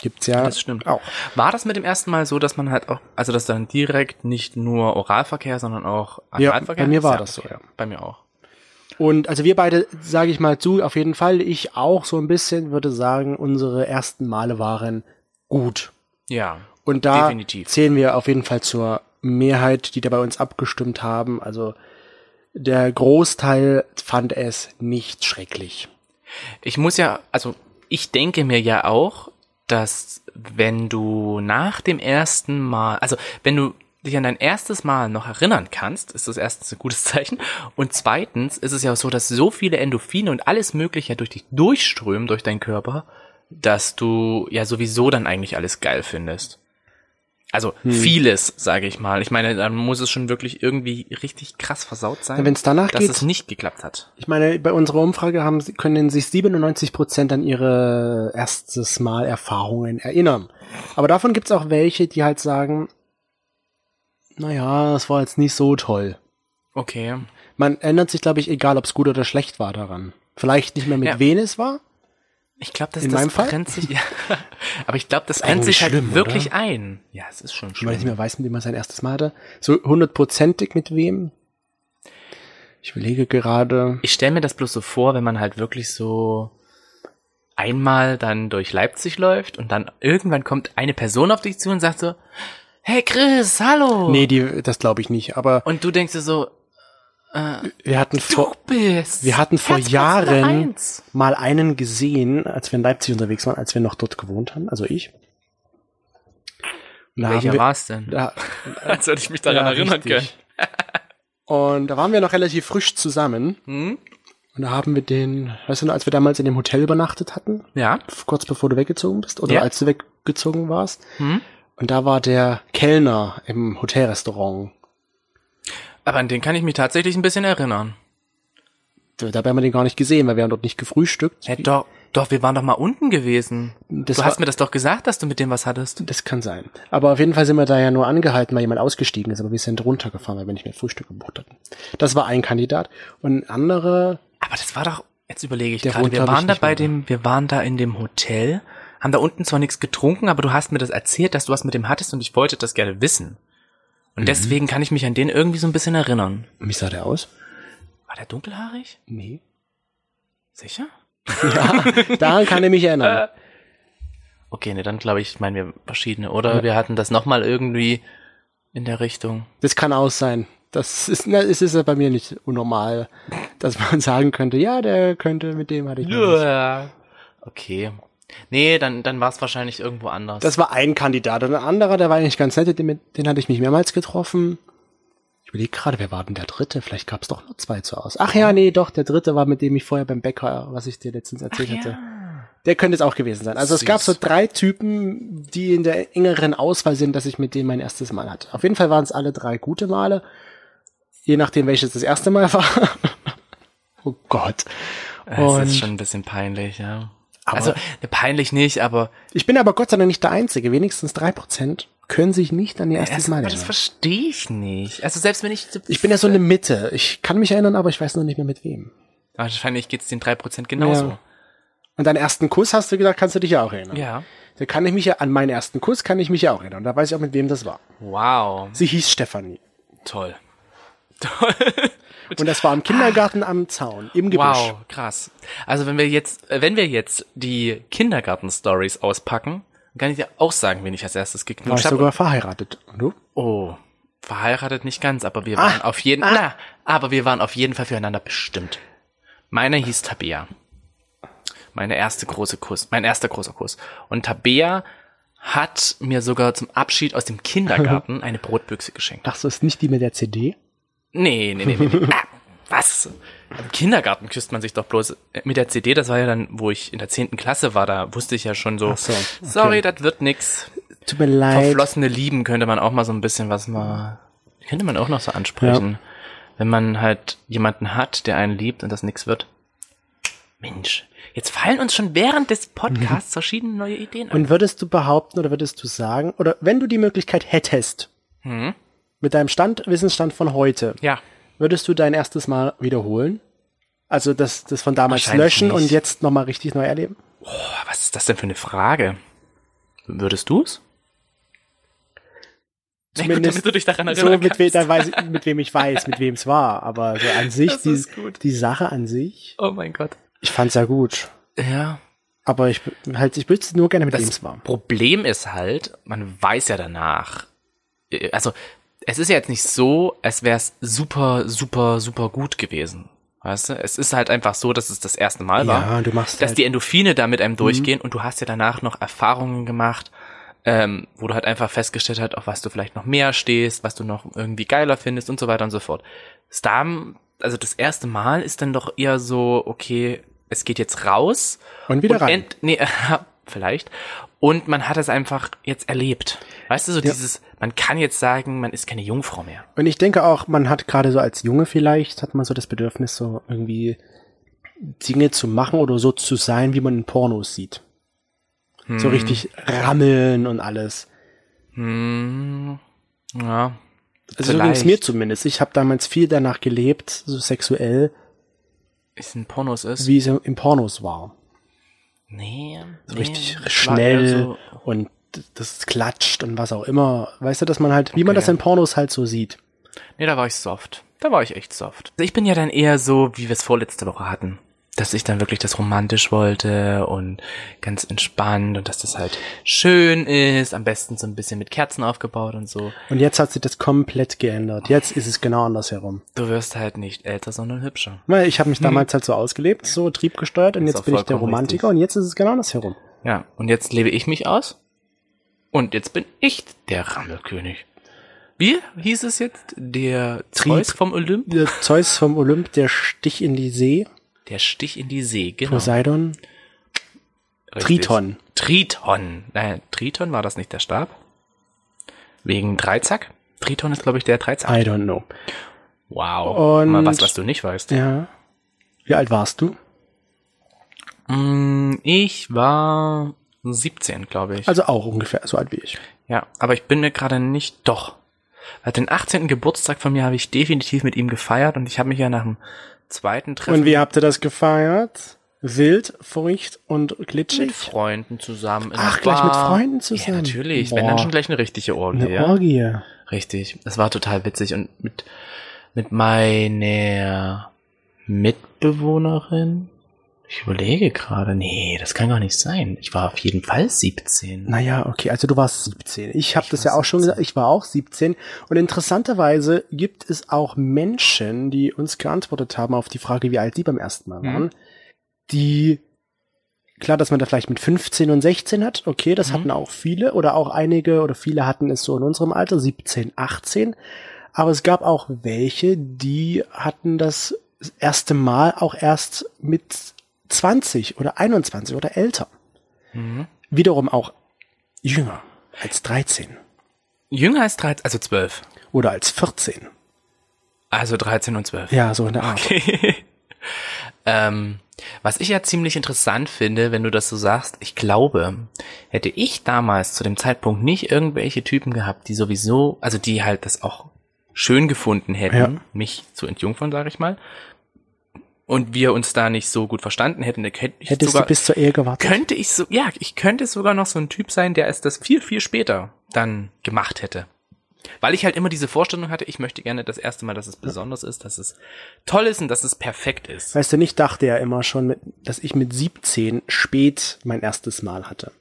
Speaker 1: Gibt's ja
Speaker 2: Hm. Das stimmt.
Speaker 1: auch.
Speaker 2: War das mit dem ersten Mal so, dass man halt auch, also dass dann direkt nicht nur Oralverkehr, sondern auch
Speaker 1: Ja,
Speaker 2: Analverkehr?
Speaker 1: bei mir war
Speaker 2: Ja,
Speaker 1: das so, ja.
Speaker 2: Bei mir auch.
Speaker 1: Und also wir beide, sage ich mal zu, auf jeden Fall, ich auch so ein bisschen, würde sagen, unsere ersten Male waren gut.
Speaker 2: Ja.
Speaker 1: Und da
Speaker 2: Definitiv.
Speaker 1: zählen wir auf jeden Fall zur Mehrheit, die da bei uns abgestimmt haben. Also der Großteil fand es nicht schrecklich.
Speaker 2: Ich muss ja, also ich denke mir ja auch, dass wenn du nach dem ersten Mal, also wenn du dich an dein erstes Mal noch erinnern kannst, ist das erstens ein gutes *laughs* Zeichen. Und zweitens ist es ja auch so, dass so viele Endorphine und alles Mögliche durch dich durchströmen, durch deinen Körper, dass du ja sowieso dann eigentlich alles geil findest. Also vieles, sage ich mal. Ich meine, dann muss es schon wirklich irgendwie richtig krass versaut sein,
Speaker 1: Wenn es danach
Speaker 2: dass
Speaker 1: geht,
Speaker 2: es nicht geklappt hat.
Speaker 1: Ich meine, bei unserer Umfrage haben, können sich 97 Prozent an ihre erstes Mal Erfahrungen erinnern. Aber davon gibt's auch welche, die halt sagen, naja, es war jetzt nicht so toll.
Speaker 2: Okay.
Speaker 1: Man ändert sich, glaube ich, egal, ob's gut oder schlecht war daran. Vielleicht nicht mehr mit
Speaker 2: Ja.
Speaker 1: wen es war.
Speaker 2: Ich glaube, das,
Speaker 1: In
Speaker 2: das
Speaker 1: meinem Fall?
Speaker 2: brennt sich. *laughs* Ja, aber ich glaube, das brennt sich halt
Speaker 1: eigentlich schlimm,
Speaker 2: wirklich
Speaker 1: oder?
Speaker 2: ein. Ja, es ist schon
Speaker 1: Wenn man nicht
Speaker 2: schlimm.
Speaker 1: mehr weiß, mit wem man sein erstes Mal hatte. So hundertprozentig mit wem. Ich überlege gerade.
Speaker 2: Ich stelle mir das bloß so vor, wenn man halt wirklich so einmal dann durch Leipzig läuft und dann irgendwann kommt eine Person auf dich zu und sagt so, hey Chris, hallo.
Speaker 1: Nee, die, das glaube ich nicht. Aber
Speaker 2: Und du denkst dir so,
Speaker 1: wir hatten vor,
Speaker 2: du bist.
Speaker 1: Wir hatten vor
Speaker 2: Herzplatz Nummer
Speaker 1: Jahren
Speaker 2: eins.
Speaker 1: mal einen gesehen, als wir in Leipzig unterwegs waren, als wir noch dort gewohnt haben, also ich. Und da
Speaker 2: Welcher
Speaker 1: haben wir,
Speaker 2: war es denn?
Speaker 1: Da,
Speaker 2: Als hätte ich mich daran
Speaker 1: ja,
Speaker 2: erinnern können.
Speaker 1: richtig. Und da waren wir noch relativ frisch zusammen.
Speaker 2: Hm?
Speaker 1: Und da haben wir den, weißt du noch, als wir damals in dem Hotel übernachtet hatten,
Speaker 2: Ja.
Speaker 1: kurz bevor du weggezogen bist, oder
Speaker 2: Ja.
Speaker 1: als du weggezogen warst.
Speaker 2: Hm?
Speaker 1: Und da war der Kellner im Hotelrestaurant.
Speaker 2: Aber an den kann ich mich tatsächlich ein bisschen erinnern.
Speaker 1: Dabei haben wir den gar nicht gesehen, weil wir haben dort nicht gefrühstückt.
Speaker 2: Hä, doch, doch, wir waren doch mal unten gewesen.
Speaker 1: Das
Speaker 2: du
Speaker 1: war-
Speaker 2: hast mir das doch gesagt, dass du mit dem was hattest.
Speaker 1: Das kann sein. Aber auf jeden Fall sind wir da ja nur angehalten, weil jemand ausgestiegen ist, aber wir sind runtergefahren, weil wir nicht mehr Frühstück gebucht hatten. Das war ein Kandidat. Und ein anderer,
Speaker 2: Aber das war doch, jetzt überlege ich
Speaker 1: Der
Speaker 2: gerade,
Speaker 1: Hund
Speaker 2: wir
Speaker 1: hab ich
Speaker 2: waren da
Speaker 1: nicht
Speaker 2: bei
Speaker 1: mehr.
Speaker 2: dem, wir waren da in dem Hotel, haben da unten zwar nichts getrunken, aber du hast mir das erzählt, dass du was mit dem hattest und ich wollte das gerne wissen. Und deswegen kann ich mich an den irgendwie so ein bisschen erinnern.
Speaker 1: wie sah der aus?
Speaker 2: War der dunkelhaarig?
Speaker 1: Nee.
Speaker 2: Sicher?
Speaker 1: Daran kann ich mich erinnern.
Speaker 2: Okay, ne, dann glaube ich, meinen wir verschiedene, oder? Wir hatten das nochmal irgendwie in der Richtung.
Speaker 1: Das kann auch sein. Das ist, na, es ist ja bei mir nicht unnormal, dass man *laughs* sagen könnte, ja, der könnte, mit dem hatte ich. noch was.
Speaker 2: Ja. Okay. Nee, dann, dann war es wahrscheinlich irgendwo anders.
Speaker 1: Das war ein Kandidat. Und ein anderer, der war eigentlich ganz nett, den, den hatte ich mich mehrmals getroffen. Ich überlege gerade, wer war denn der dritte? Vielleicht gab es doch nur zwei zu aus. Ach ja, nee, doch, der dritte war, mit dem ich vorher beim Bäcker, was ich dir letztens erzählt hatte. Der könnte es auch gewesen sein. Also es
Speaker 2: Süß.
Speaker 1: gab so drei Typen, die in der engeren Auswahl sind, dass ich mit denen mein erstes Mal hatte. Auf jeden Fall waren es alle drei gute Male. Je nachdem, welches das erste Mal *laughs* war. oh Gott.
Speaker 2: Das ist
Speaker 1: Und-
Speaker 2: schon ein bisschen peinlich, ja.
Speaker 1: Aber-
Speaker 2: also, ne, peinlich nicht, aber
Speaker 1: Ich bin aber Gott sei Dank nicht der Einzige. Wenigstens drei Prozent können sich nicht an ihr erstes
Speaker 2: das,
Speaker 1: Mal
Speaker 2: aber das
Speaker 1: erinnern.
Speaker 2: verstehe ich nicht. Also selbst wenn ich,
Speaker 1: Ich bin ja so eine Mitte. Ich kann mich erinnern, aber ich weiß noch nicht mehr mit wem.
Speaker 2: wahrscheinlich geht's den 3% genauso.
Speaker 1: Und deinen ersten Kuss hast du gesagt, kannst du dich ja auch erinnern.
Speaker 2: Ja.
Speaker 1: Da kann ich mich ja, an meinen ersten Kuss kann ich mich ja auch erinnern. Da weiß ich auch, mit wem das war.
Speaker 2: Wow.
Speaker 1: Sie hieß Stefanie.
Speaker 2: Toll. Toll.
Speaker 1: Und das war im Kindergarten am Zaun, im Gebüsch.
Speaker 2: Wow, krass. Also wenn wir jetzt, äh, wenn wir jetzt die Kindergarten-Stories auspacken, kann ich dir auch sagen, wen ich als erstes
Speaker 1: War ich
Speaker 2: geknutscht habe.
Speaker 1: sogar verheiratet. Und du?
Speaker 2: Oh, verheiratet nicht ganz, aber
Speaker 1: Ah,
Speaker 2: wir waren auf jeden, na, aber wir waren auf jeden Fall füreinander bestimmt. Meine hieß Tabea. Meine erste große Kuss, mein erster großer Kuss. Und Tabea hat mir sogar zum Abschied aus dem Kindergarten eine Brotbüchse geschenkt.
Speaker 1: Ach so, ist nicht die mit der CD?
Speaker 2: Nee, nee, nee, nee. nee. Ah, was? Im Kindergarten küsst man sich doch bloß äh, mit der CD. Das war ja dann, wo ich in der 10. Klasse war. Da wusste ich ja schon so,
Speaker 1: Ach so, okay.
Speaker 2: sorry, das wird nix.
Speaker 1: Tut mir leid.
Speaker 2: Verflossene Lieben könnte man auch mal so ein bisschen was mal, könnte man auch noch so ansprechen. Wenn man halt jemanden hat, der einen liebt und das nix wird. Mensch, jetzt fallen uns schon während des Podcasts verschiedene neue Ideen ein.
Speaker 1: Mhm. Und würdest du behaupten oder würdest du sagen, oder wenn du die Möglichkeit hättest,
Speaker 2: Hm?
Speaker 1: mit deinem Stand, Wissensstand von heute,
Speaker 2: Ja,
Speaker 1: würdest du dein erstes Mal wiederholen? Also das, das von damals
Speaker 2: Wahrscheinlich
Speaker 1: löschen und
Speaker 2: nicht.
Speaker 1: jetzt nochmal richtig neu erleben?
Speaker 2: Boah, was ist das denn für eine Frage? Würdest du's? Na gut,
Speaker 1: Zumindest
Speaker 2: damit du dich daran
Speaker 1: So,
Speaker 2: erinnern
Speaker 1: mit, we
Speaker 2: kannst.
Speaker 1: dann weiß ich, mit wem ich weiß, mit wem es war. Aber so
Speaker 2: *laughs*
Speaker 1: an sich,
Speaker 2: Das
Speaker 1: die,
Speaker 2: ist gut.
Speaker 1: die Sache an sich,
Speaker 2: Oh mein Gott.
Speaker 1: ich fand's ja gut.
Speaker 2: Ja.
Speaker 1: Aber ich halt, ich wüsste nur gerne, mit wem
Speaker 2: Das
Speaker 1: es war.
Speaker 2: Problem ist halt, man weiß ja danach. Äh, Also, es ist ja jetzt nicht so, als wäre es super, super, super gut gewesen. Weißt du? Es ist halt einfach so, dass es das erste Mal war.
Speaker 1: Ja, du machst
Speaker 2: dass
Speaker 1: halt-
Speaker 2: die Endorphine da mit einem durchgehen und du hast ja danach noch Erfahrungen gemacht, ähm, wo du halt einfach festgestellt hast, auf was du vielleicht noch mehr stehst, was du noch irgendwie geiler findest und so weiter und so fort. Star, also das erste Mal ist dann doch eher so, okay, es geht jetzt raus.
Speaker 1: Und wieder
Speaker 2: und
Speaker 1: rein.
Speaker 2: ent- nee, *laughs* vielleicht. Und man hat es einfach jetzt erlebt. Weißt du, so dieses, man kann jetzt sagen, man ist keine Jungfrau mehr.
Speaker 1: Und ich denke auch, man hat gerade so als Junge vielleicht, hat man so das Bedürfnis, so irgendwie Dinge zu machen oder so zu sein, wie man in Pornos sieht. So richtig rammeln und alles.
Speaker 2: Hm, ja.
Speaker 1: Also so ging es
Speaker 2: Vielleicht.
Speaker 1: mir zumindest. Ich habe damals viel danach gelebt, so sexuell,
Speaker 2: Ist ein Pornos ist.
Speaker 1: wie es im Pornos war.
Speaker 2: Nee.
Speaker 1: So
Speaker 2: nee,
Speaker 1: richtig
Speaker 2: war eher
Speaker 1: schnell
Speaker 2: so-
Speaker 1: und das klatscht und was auch immer. Weißt du, dass man halt, wie man
Speaker 2: Okay.
Speaker 1: das in Pornos halt so sieht.
Speaker 2: Nee, da war ich soft. Da war ich echt soft. Also Ich bin ja dann eher so, wie wir es vorletzte Woche hatten. Dass ich dann wirklich das romantisch wollte und ganz entspannt und dass das halt schön ist. Am besten so ein bisschen mit Kerzen aufgebaut und so.
Speaker 1: Und jetzt hat sich das komplett geändert. Jetzt ist es genau andersherum.
Speaker 2: Du wirst halt nicht älter, sondern hübscher.
Speaker 1: Weil ich habe mich damals halt so ausgelebt, so triebgesteuert und
Speaker 2: Hm. Ist
Speaker 1: jetzt
Speaker 2: auch
Speaker 1: bin ich der
Speaker 2: vollkommen
Speaker 1: Romantiker und jetzt ist es genau andersherum.
Speaker 2: Ja, und jetzt lebe ich mich aus. Und jetzt bin ich der Rammelkönig. Wie hieß es jetzt? Der
Speaker 1: Trieb.
Speaker 2: Zeus vom Olymp? *laughs*
Speaker 1: Der Zeus vom Olymp, der Stich in die See,
Speaker 2: Der Stich in die See, genau.
Speaker 1: Poseidon,
Speaker 2: Richtig.
Speaker 1: Triton.
Speaker 2: Triton. Nein, Triton war das nicht der Stab? Wegen Dreizack? Triton ist, glaube ich, der Dreizack.
Speaker 1: I don't know.
Speaker 2: Wow.
Speaker 1: Und-
Speaker 2: Mal was, was du nicht weißt.
Speaker 1: Ja. Wie alt warst du?
Speaker 2: Mm, Ich war 17, glaube ich.
Speaker 1: Also auch ungefähr so alt wie ich.
Speaker 2: Ja, aber ich bin mir gerade nicht doch. Weil den 18. Geburtstag von mir habe ich definitiv mit ihm gefeiert und ich habe mich ja nach dem zweiten Treffen
Speaker 1: Und wie habt ihr das gefeiert? Wild, furcht und
Speaker 2: mit
Speaker 1: glitschig?
Speaker 2: Freunden zusammen. in der
Speaker 1: Ach, gleich mit
Speaker 2: Bar.
Speaker 1: Freunden zusammen.
Speaker 2: Ja, natürlich. Wenn dann
Speaker 1: Boah.
Speaker 2: schon gleich eine richtige Orgie.
Speaker 1: Eine
Speaker 2: Ja.
Speaker 1: Orgie.
Speaker 2: Richtig. Das war total witzig und mit, mit meiner Mitbewohnerin. Ich überlege gerade. Nee, das kann gar nicht sein. Ich war auf jeden Fall 17.
Speaker 1: Naja, okay, also du warst 17. Ich habe
Speaker 2: Ich
Speaker 1: das
Speaker 2: war
Speaker 1: ja auch schon
Speaker 2: 17.
Speaker 1: gesagt, ich war auch 17. Und interessanterweise gibt es auch Menschen, die uns geantwortet haben auf die Frage, wie alt sie beim ersten Mal
Speaker 2: Mhm.
Speaker 1: waren, die, klar, dass man da vielleicht mit 15 und 16 hat, okay, das
Speaker 2: Mhm.
Speaker 1: hatten auch viele oder auch einige oder viele hatten es so in unserem Alter, 17, 18. Aber es gab auch welche, die hatten das erste Mal auch erst mit 20 oder 21 oder älter
Speaker 2: Mhm.
Speaker 1: wiederum auch jünger als 13
Speaker 2: Jünger als 13, also 12.
Speaker 1: oder als 14.
Speaker 2: Also 13 und 12.
Speaker 1: Ja, so in der Art.
Speaker 2: Okay. *laughs* ähm, was ich ja ziemlich interessant finde, wenn du das so sagst, ich glaube, hätte ich damals zu dem Zeitpunkt nicht irgendwelche Typen gehabt, die sowieso, also die halt das auch schön gefunden hätten,
Speaker 1: Ja.
Speaker 2: mich zu entjungfern, sage ich mal, und wir uns da nicht so gut verstanden hätten, dann hätte ich
Speaker 1: Hättest
Speaker 2: sogar,
Speaker 1: du bis zur Ehe gewartet?
Speaker 2: könnte ich so, ja, ich könnte sogar noch so ein Typ sein, der es das viel, viel später dann gemacht hätte. Weil ich halt immer diese Vorstellung hatte, ich möchte gerne das erste Mal, dass es besonders ist, dass es toll ist und dass es perfekt ist.
Speaker 1: Weißt du, nicht dachte ja immer schon, mit, dass ich mit 17 spät mein erstes Mal hatte.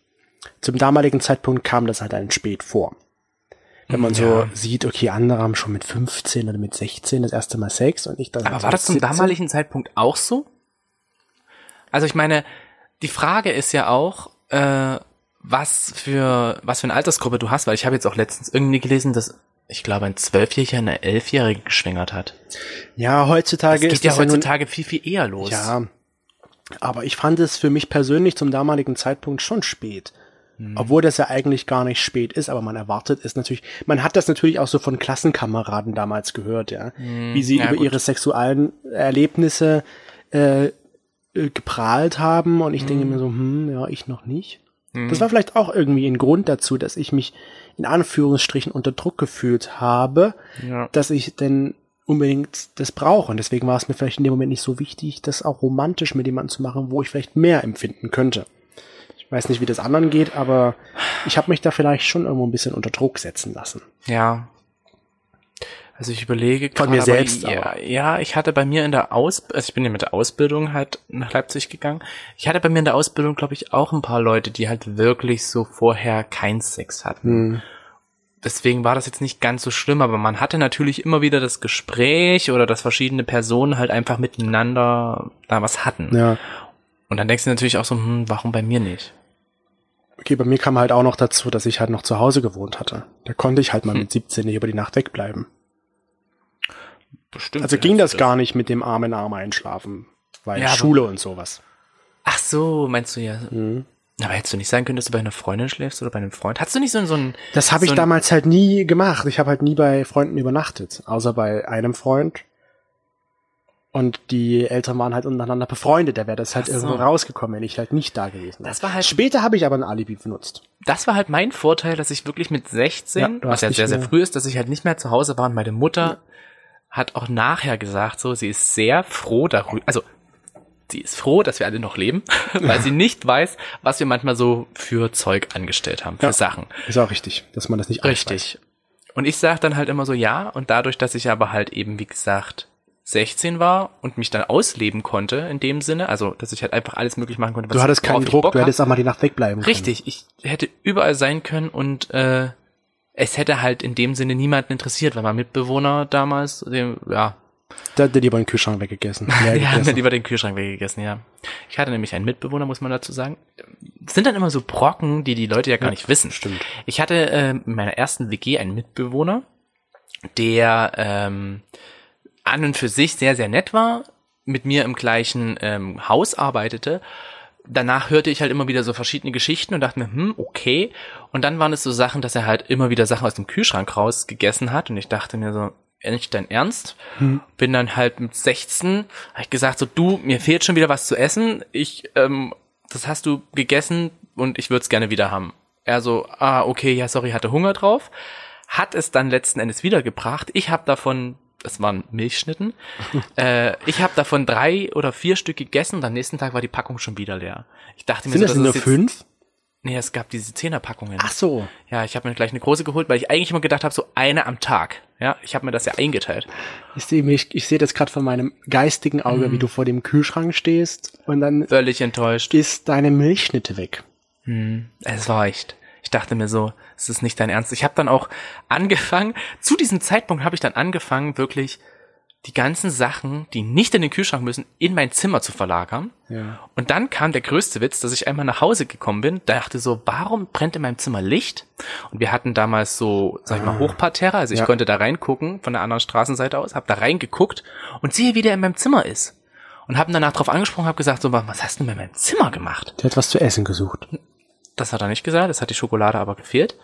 Speaker 1: Zum damaligen Zeitpunkt kam das halt einem spät vor. Wenn man so sieht, okay, andere haben schon mit 15 oder mit 16 das erste Mal Sex und ich dann.
Speaker 2: Aber
Speaker 1: halt
Speaker 2: war
Speaker 1: mit
Speaker 2: das zum
Speaker 1: 17.
Speaker 2: damaligen Zeitpunkt auch so? Also ich meine, die Frage ist ja auch, äh, was für was für eine Altersgruppe du hast, weil ich habe jetzt auch letztens irgendwie gelesen, dass ich glaube ein Zwölfjähriger eine Elfjährige geschwängert hat.
Speaker 1: Ja,
Speaker 2: Das
Speaker 1: heutzutage
Speaker 2: geht
Speaker 1: ist
Speaker 2: ja
Speaker 1: das nun-
Speaker 2: heutzutage viel viel eher los.
Speaker 1: Ja, aber ich fand es für mich persönlich zum damaligen Zeitpunkt schon spät.
Speaker 2: Hm.
Speaker 1: Obwohl das ja eigentlich gar nicht spät ist, aber man erwartet es natürlich. Man hat das natürlich auch so von Klassenkameraden damals gehört, ja. Wie sie
Speaker 2: Hm, ja,
Speaker 1: über
Speaker 2: gut.
Speaker 1: ihre sexuellen Erlebnisse äh, äh, geprahlt haben und ich denke mir so, hm, ja, ich noch nicht.
Speaker 2: Hm.
Speaker 1: Das war vielleicht auch irgendwie ein Grund dazu, dass ich mich in Anführungsstrichen unter Druck gefühlt habe,
Speaker 2: Ja.
Speaker 1: dass ich denn unbedingt das brauche. Und deswegen war es mir vielleicht in dem Moment nicht so wichtig, das auch romantisch mit jemandem zu machen, wo ich vielleicht mehr empfinden könnte. Ich weiß nicht, wie das anderen geht, aber ich habe mich da vielleicht schon irgendwo ein bisschen unter Druck setzen lassen.
Speaker 2: Ja. Also ich überlege
Speaker 1: Von
Speaker 2: gerade,
Speaker 1: mir
Speaker 2: aber
Speaker 1: selbst
Speaker 2: Ja,
Speaker 1: aber.
Speaker 2: ja, ich hatte bei mir in der Aus, also ich bin ja mit der Ausbildung halt nach Leipzig gegangen. Ich hatte bei mir in der Ausbildung, glaube ich, auch ein paar Leute, die halt wirklich so vorher keinen Sex
Speaker 1: Hm.
Speaker 2: hatten. Deswegen war das jetzt nicht ganz so schlimm, aber man hatte natürlich immer wieder das Gespräch oder dass verschiedene Personen halt einfach miteinander da was hatten.
Speaker 1: Ja.
Speaker 2: Und dann denkst du natürlich auch so, hm, warum bei mir nicht?
Speaker 1: Okay, bei mir kam halt auch noch dazu, dass ich halt noch zu Hause gewohnt hatte. Da konnte ich halt
Speaker 2: Hm.
Speaker 1: mal mit 17 nicht über die Nacht wegbleiben.
Speaker 2: Bestimmt.
Speaker 1: Also ging das gar nicht mit dem Arm in Arm einschlafen, weil
Speaker 2: Ja, aber-
Speaker 1: Schule und sowas.
Speaker 2: Ach so, meinst du ja.
Speaker 1: Mhm.
Speaker 2: Aber hättest du nicht sagen können, dass du bei einer Freundin schläfst oder bei einem Freund? Hattest du nicht so, so ein.
Speaker 1: Das habe ich
Speaker 2: so ein-
Speaker 1: damals halt nie gemacht. Ich habe halt nie bei Freunden übernachtet, außer bei einem Freund. Und die Eltern waren halt untereinander befreundet. Da wäre das halt
Speaker 2: Ach so.
Speaker 1: irgendwo rausgekommen, wenn ich halt nicht da gewesen wäre.
Speaker 2: Das war halt-
Speaker 1: Später habe ich aber ein Alibi benutzt.
Speaker 2: Das war halt mein Vorteil, dass ich wirklich mit 16,
Speaker 1: Ja, du
Speaker 2: was
Speaker 1: hast
Speaker 2: ja
Speaker 1: nicht
Speaker 2: sehr, sehr
Speaker 1: mehr-
Speaker 2: früh ist, dass ich halt nicht mehr zu Hause war und meine Mutter hat auch nachher gesagt, so, sie ist sehr froh darüber. Also, sie ist froh, dass wir alle noch leben, *laughs* weil sie nicht weiß, was wir manchmal so für Zeug angestellt haben, für
Speaker 1: Ja.
Speaker 2: Sachen.
Speaker 1: Ist auch richtig, dass man das nicht alles
Speaker 2: Richtig. Und ich sag dann halt immer so ja und dadurch, dass ich aber halt eben, wie gesagt, 16 war und mich dann ausleben konnte in dem Sinne, also dass ich halt einfach alles möglich machen konnte.
Speaker 1: weiß. Du hattest keinen
Speaker 2: worauf ich
Speaker 1: Druck,
Speaker 2: Bock
Speaker 1: du
Speaker 2: hab.
Speaker 1: hättest auch mal die Nacht wegbleiben
Speaker 2: Richtig, ich hätte überall sein können und äh, es hätte halt in dem Sinne niemanden interessiert, weil mein Mitbewohner damals, dem, ja,
Speaker 1: können. Da hat dir lieber einen Kühlschrank
Speaker 2: *laughs*
Speaker 1: weggegessen. Leer
Speaker 2: der hat mir
Speaker 1: gegessen.
Speaker 2: lieber den Kühlschrank weggegessen, ja. Ich hatte nämlich einen Mitbewohner, muss man dazu sagen. Das sind dann immer so Brocken, die die Leute ja gar nicht wissen.
Speaker 1: Stimmt.
Speaker 2: Ich hatte äh, in meiner ersten WG einen Mitbewohner, der ähm, an und für sich sehr, sehr nett war, mit mir im gleichen ähm, Haus arbeitete, danach hörte ich halt immer wieder so verschiedene Geschichten und dachte mir, hm, okay. Und dann waren es so Sachen, dass er halt immer wieder Sachen aus dem Kühlschrank rausgegessen hat und ich dachte mir so, nicht dein Ernst? Bin dann halt mit 16, hab ich gesagt so, du, mir fehlt schon wieder was zu essen. Ich, ähm, das hast du gegessen und ich würde es gerne wieder haben. Er so, ah, okay, ja, sorry, hatte Hunger drauf. Hat es dann letzten Endes wiedergebracht. Ich habe davon, das waren
Speaker 1: *laughs*
Speaker 2: Milchschnitten, äh, ich habe davon drei oder vier Stück gegessen und am nächsten Tag war die Packung schon wieder leer. Ich dachte mir
Speaker 1: Sind
Speaker 2: so,
Speaker 1: das nur
Speaker 2: ist jetzt-
Speaker 1: fünf?
Speaker 2: Nee, es gab diese Zehnerpackungen.
Speaker 1: Ach so.
Speaker 2: Ja, ich habe mir gleich eine große geholt, weil ich eigentlich immer gedacht habe, so eine am Tag. Ja, ich habe mir das ja eingeteilt.
Speaker 1: Ich sehe mich, ich sehe das gerade von meinem geistigen Auge,
Speaker 2: Mhm.
Speaker 1: wie du vor dem Kühlschrank stehst und dann
Speaker 2: Völlig enttäuscht.
Speaker 1: ist deine Milchschnitte weg.
Speaker 2: Es war echt. Ich dachte mir so, es ist nicht dein Ernst. Ich habe dann auch angefangen, zu diesem Zeitpunkt habe ich dann angefangen, wirklich die ganzen Sachen, die nicht in den Kühlschrank müssen, in mein Zimmer zu verlagern.
Speaker 1: Ja.
Speaker 2: Mhm. Und dann kam der größte Witz, dass ich einmal nach Hause gekommen bin, dachte so, warum brennt in meinem Zimmer Licht? Und wir hatten damals so, sag ich mal, Hochparterre, also ich
Speaker 1: Ja.
Speaker 2: konnte da reingucken von der anderen Straßenseite aus, hab da reingeguckt und sehe, wie der in meinem Zimmer ist. Und hab ihn danach drauf angesprochen, hab gesagt so, was hast du denn in meinem Zimmer gemacht?
Speaker 1: Der hat was zu essen gesucht.
Speaker 2: Das hat er nicht gesagt, das hat die Schokolade aber gefehlt.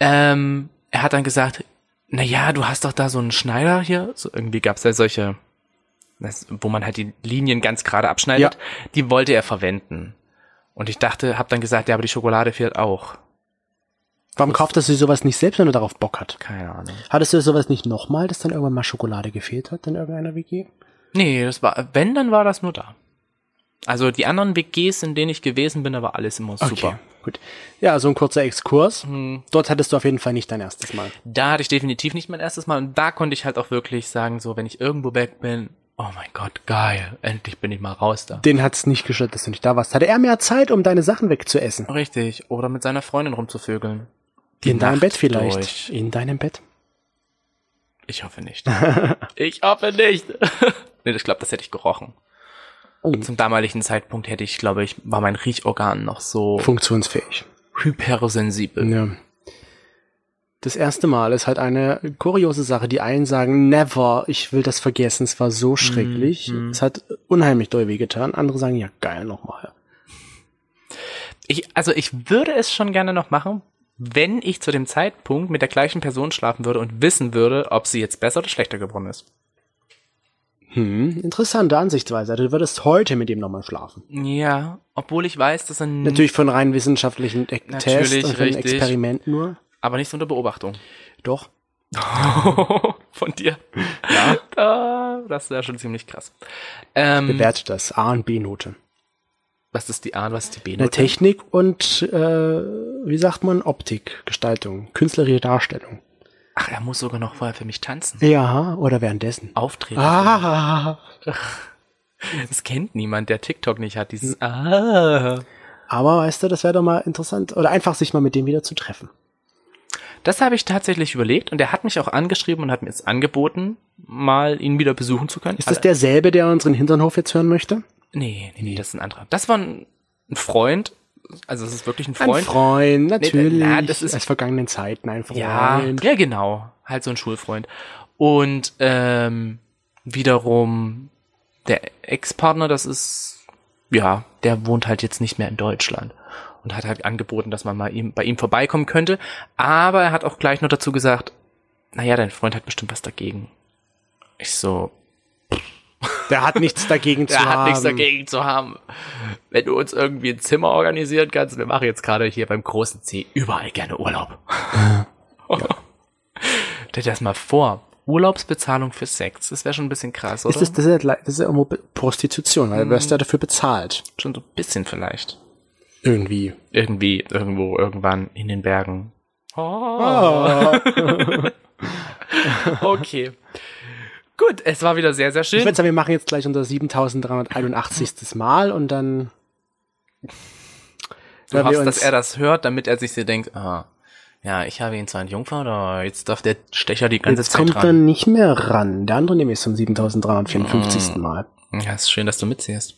Speaker 2: Ähm, er hat dann gesagt, na ja, du hast doch da so einen Schneider hier. So, irgendwie gab's da solche, das, wo man halt die Linien ganz gerade abschneidet.
Speaker 1: Ja.
Speaker 2: Die wollte er verwenden. Und ich dachte, hab dann gesagt, ja, aber die Schokolade fehlt auch.
Speaker 1: Warum kauft er sich sowas nicht selbst, wenn er darauf Bock hat?
Speaker 2: Keine Ahnung.
Speaker 1: Hattest du sowas nicht nochmal, dass dann irgendwann mal Schokolade gefehlt hat in irgendeiner WG?
Speaker 2: Nee, das war, wenn, dann war das nur da. Also die anderen WGs, in denen ich gewesen bin, da war alles immer super.
Speaker 1: Okay, Hm. gut. Ja, also ein kurzer Exkurs. Dort hattest du auf jeden Fall nicht dein erstes Mal.
Speaker 2: da hatte ich definitiv nicht mein erstes Mal und da konnte ich halt auch wirklich sagen, so wenn ich irgendwo weg bin, oh mein Gott, geil, endlich bin ich mal raus da.
Speaker 1: Den hat's nicht gestört, dass du nicht da warst. Hatte er mehr Zeit, um deine Sachen wegzuessen?
Speaker 2: Richtig, oder mit seiner Freundin rumzuvögeln. Die
Speaker 1: In deinem
Speaker 2: Nacht
Speaker 1: Bett vielleicht.
Speaker 2: durch.
Speaker 1: In deinem Bett.
Speaker 2: Ich hoffe nicht.
Speaker 1: *laughs*
Speaker 2: ich hoffe nicht. *laughs* nee, ich glaube, das hätte ich gerochen.
Speaker 1: Oh.
Speaker 2: Zum damaligen Zeitpunkt hätte ich, glaube ich, war mein Riechorgan noch so
Speaker 1: Funktionsfähig.
Speaker 2: hypersensibel.
Speaker 1: Ja. Das erste Mal ist halt eine kuriose Sache. Die einen sagen, never, ich will das vergessen, es war so schrecklich.
Speaker 2: Mhm,
Speaker 1: Es hat unheimlich doll wehgetan. Andere sagen, ja, geil, nochmal.
Speaker 2: Ich, also ich würde es schon gerne noch machen, wenn ich zu dem Zeitpunkt mit der gleichen Person schlafen würde und wissen würde, ob sie jetzt besser oder schlechter geworden ist. Mhm.
Speaker 1: Hm, interessante Ansichtsweise. Also Du würdest heute mit ihm nochmal schlafen.
Speaker 2: Ja, obwohl ich weiß, dass er n-
Speaker 1: Natürlich von rein wissenschaftlichen Ex-
Speaker 2: Mhm. Natürlich,
Speaker 1: Tests und von
Speaker 2: richtig.
Speaker 1: Experiment nur.
Speaker 2: aber nicht so unter Beobachtung.
Speaker 1: Doch.
Speaker 2: *laughs* Von dir. Ja. Da, das wäre schon ziemlich krass. Ähm,
Speaker 1: Bewertet das. A- und B-Note.
Speaker 2: was ist die A und was ist die B?
Speaker 1: Eine Technik und, äh, wie sagt man, Optik, Gestaltung, künstlerische Darstellung.
Speaker 2: Ach, er muss sogar noch vorher für mich tanzen.
Speaker 1: Ja, oder währenddessen.
Speaker 2: Auftreten.
Speaker 1: Ah.
Speaker 2: Das kennt niemand, der TikTok nicht hat.
Speaker 1: Hm.
Speaker 2: Dieses Ah.
Speaker 1: Aber weißt du, das wäre doch mal interessant. Oder einfach sich mal mit dem wieder zu treffen.
Speaker 2: Das habe ich tatsächlich überlegt und er hat mich auch angeschrieben und hat mir jetzt angeboten, mal ihn wieder besuchen zu können.
Speaker 1: Ist das derselbe, der unseren Hinternhof jetzt hören möchte?
Speaker 2: Nee, nee, nee, das ist ein anderer. Das war ein ein Freund. Also es ist wirklich ein
Speaker 1: Ein
Speaker 2: Freund.
Speaker 1: Freund, natürlich.
Speaker 2: Nee, na, das ist-
Speaker 1: aus vergangenen Zeiten ein Freund.
Speaker 2: Ja, ja, genau. Halt so ein Schulfreund. Und ähm, wiederum der Ex-Partner, das ist, ja, der wohnt halt jetzt nicht mehr in Deutschland und hat halt angeboten, dass man mal ihm, bei ihm vorbeikommen könnte. Aber er hat auch gleich noch dazu gesagt, naja, dein Freund hat bestimmt was dagegen. Ich so,
Speaker 1: Der hat nichts
Speaker 2: *laughs*
Speaker 1: dagegen zu
Speaker 2: er
Speaker 1: haben.
Speaker 2: hat nichts dagegen zu haben. Wenn du uns irgendwie ein Zimmer organisieren kannst, wir machen jetzt gerade hier beim großen C überall gerne Urlaub.
Speaker 1: *laughs*
Speaker 2: Stell dir das mal vor. Urlaubsbezahlung für Sex. Das wäre schon ein bisschen krass, oder? Mhm.
Speaker 1: Ist das, das, ist ja, gleich- das ist ja irgendwo Be- Prostitution, weil du wirst ja dafür bezahlt.
Speaker 2: schon so ein bisschen vielleicht.
Speaker 1: Irgendwie.
Speaker 2: Irgendwie, irgendwo, irgendwann in den Bergen. Oh.
Speaker 1: Oh.
Speaker 2: Okay. Gut, es war wieder sehr, sehr
Speaker 1: Ich
Speaker 2: schön.
Speaker 1: würde sagen, wir machen jetzt gleich unser 7381. Mal und dann.
Speaker 2: Du
Speaker 1: Weil wir
Speaker 2: hoffst, dass
Speaker 1: uns-
Speaker 2: er das hört, damit er sich so denkt, ah, ja, ich habe ihn zwar in Jungfrau, aber jetzt darf der Stecher die ganze
Speaker 1: Jetzt
Speaker 2: Zeit
Speaker 1: kommt
Speaker 2: ran.
Speaker 1: er nicht mehr ran. Der andere nämlich zum 7354.
Speaker 2: Mhm.
Speaker 1: Mal.
Speaker 2: Ja, ist schön, dass du mitziehst.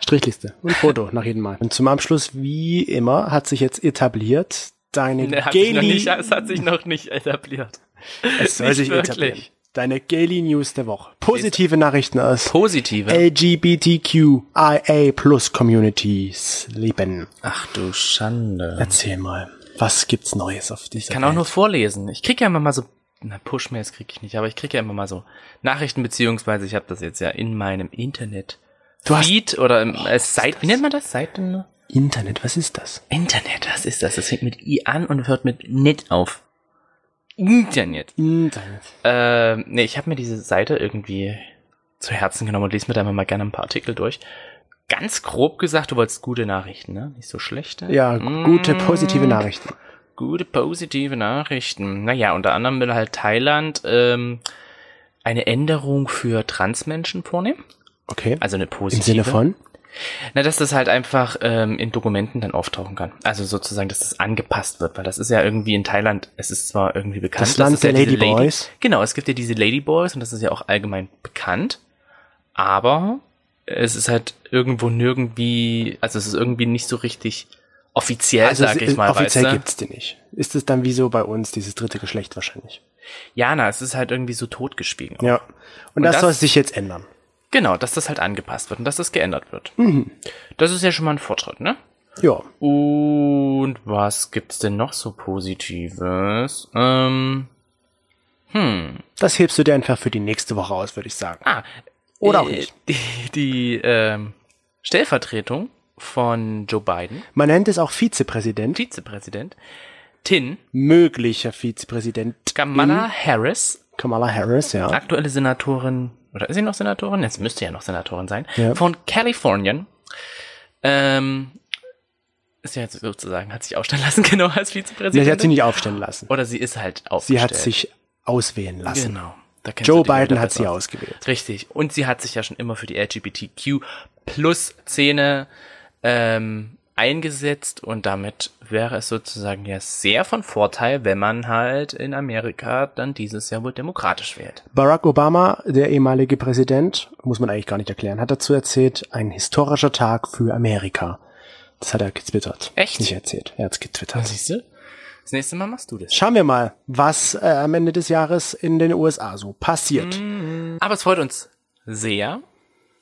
Speaker 1: Strichliste und Foto nach jedem Mal. Und zum Abschluss, wie immer, hat sich jetzt etabliert deine
Speaker 2: *laughs* Ne, hat sich noch
Speaker 1: Gaily.
Speaker 2: nicht, es hat sich noch nicht etabliert.
Speaker 1: es soll
Speaker 2: Nicht
Speaker 1: sich
Speaker 2: wirklich.
Speaker 1: etablieren. Deine Daily News der Woche. Positive Nachrichten aus
Speaker 2: Positive.
Speaker 1: LGBTQIA Plus Communities leben.
Speaker 2: Ach du Schande.
Speaker 1: Erzähl mal, was gibt's Neues auf dieser
Speaker 2: Ich kann auch
Speaker 1: Welt?
Speaker 2: nur vorlesen. Ich krieg ja immer mal so, na Push-Mails krieg ich nicht, aber ich krieg ja immer mal so Nachrichten, beziehungsweise ich habe das jetzt ja in meinem Internet.
Speaker 1: Du hast-
Speaker 2: Feed oder im, äh, Seite, wie nennt man das? Seiten?
Speaker 1: Internet, was ist das?
Speaker 2: Internet, was ist das? Das fängt mit I an und hört mit net auf. Internet.
Speaker 1: Internet.
Speaker 2: Ähm, nee, ich habe mir diese Seite irgendwie zu Herzen genommen und lese mir da immer mal gerne ein paar Artikel durch. Ganz grob gesagt, du wolltest gute Nachrichten, ne? Nicht so schlechte.
Speaker 1: Ja,
Speaker 2: Mm,
Speaker 1: gute, positive Nachrichten.
Speaker 2: Gute, positive Nachrichten. Naja, unter anderem will halt Thailand ähm, eine Änderung für Transmenschen vornehmen.
Speaker 1: Okay.
Speaker 2: Also eine positive.
Speaker 1: Im Sinne von?
Speaker 2: Na, dass das halt einfach ähm, in Dokumenten dann auftauchen kann. Also sozusagen, dass das angepasst wird, weil das ist ja irgendwie in Thailand, es ist zwar irgendwie bekannt,
Speaker 1: Das
Speaker 2: dass
Speaker 1: Land
Speaker 2: es ja
Speaker 1: der
Speaker 2: diese
Speaker 1: Ladyboys.
Speaker 2: Genau, es gibt ja diese Ladyboys und das ist ja auch allgemein bekannt, aber es ist halt irgendwo nirgendwie, also es ist irgendwie nicht so richtig offiziell, sag
Speaker 1: Also es-
Speaker 2: ich mal.
Speaker 1: offiziell
Speaker 2: weißt du?
Speaker 1: gibt's die nicht. Ist es dann wie so bei uns, dieses dritte Geschlecht wahrscheinlich.
Speaker 2: Ja, na, es ist halt irgendwie so totgeschwiegen.
Speaker 1: Ja. Und, das,
Speaker 2: das-
Speaker 1: soll sich jetzt ändern.
Speaker 2: Genau, dass das halt angepasst wird und dass das geändert wird.
Speaker 1: Mhm.
Speaker 2: Das ist ja schon mal ein Fortschritt, ne?
Speaker 1: Ja.
Speaker 2: Und was gibt's denn noch so Positives? Ähm,
Speaker 1: Das hebst du dir einfach für die nächste Woche aus, würde ich sagen.
Speaker 2: ah,
Speaker 1: Oder auch
Speaker 2: äh,
Speaker 1: nicht.
Speaker 2: *laughs* Die, die ähm, Stellvertretung von Joe Biden,
Speaker 1: Man nennt es auch Vizepräsident.
Speaker 2: Vizepräsident, Tin,
Speaker 1: Möglicher Vizepräsident Mhm.
Speaker 2: Kamala Harris,
Speaker 1: Kamala Harris, ja.
Speaker 2: aktuelle Senatorin, oder ist sie noch Senatorin? Jetzt müsste ja noch Senatorin sein,
Speaker 1: Ja.
Speaker 2: von Kalifornien. Ähm, ist ja jetzt sozusagen, hat sich aufstellen lassen, *laughs* genau, als Vizepräsidentin.
Speaker 1: Sie hat sie nicht aufstellen lassen.
Speaker 2: oder sie ist halt
Speaker 1: Sie
Speaker 2: aufgestellt.
Speaker 1: hat sich auswählen lassen.
Speaker 2: Genau. Da kennst
Speaker 1: Joe
Speaker 2: du die Welt
Speaker 1: Biden hat
Speaker 2: besser
Speaker 1: sie
Speaker 2: aus.
Speaker 1: ausgewählt.
Speaker 2: Richtig. Und sie hat sich ja schon immer für die LGBTQ plus Szene ähm, eingesetzt und damit wäre es sozusagen ja sehr von Vorteil, wenn man halt in Amerika dann dieses Jahr wohl demokratisch wählt.
Speaker 1: Barack Obama, der ehemalige Präsident, muss man eigentlich gar nicht erklären, hat dazu erzählt, ein historischer Tag für Amerika. Das hat er getwittert.
Speaker 2: Echt?
Speaker 1: Nicht erzählt. Er hat's getwittert.
Speaker 2: Siehst du? Das nächste Mal machst du das.
Speaker 1: Schauen wir mal, was äh, am Ende des Jahres in den USA so passiert.
Speaker 2: Aber es freut uns sehr,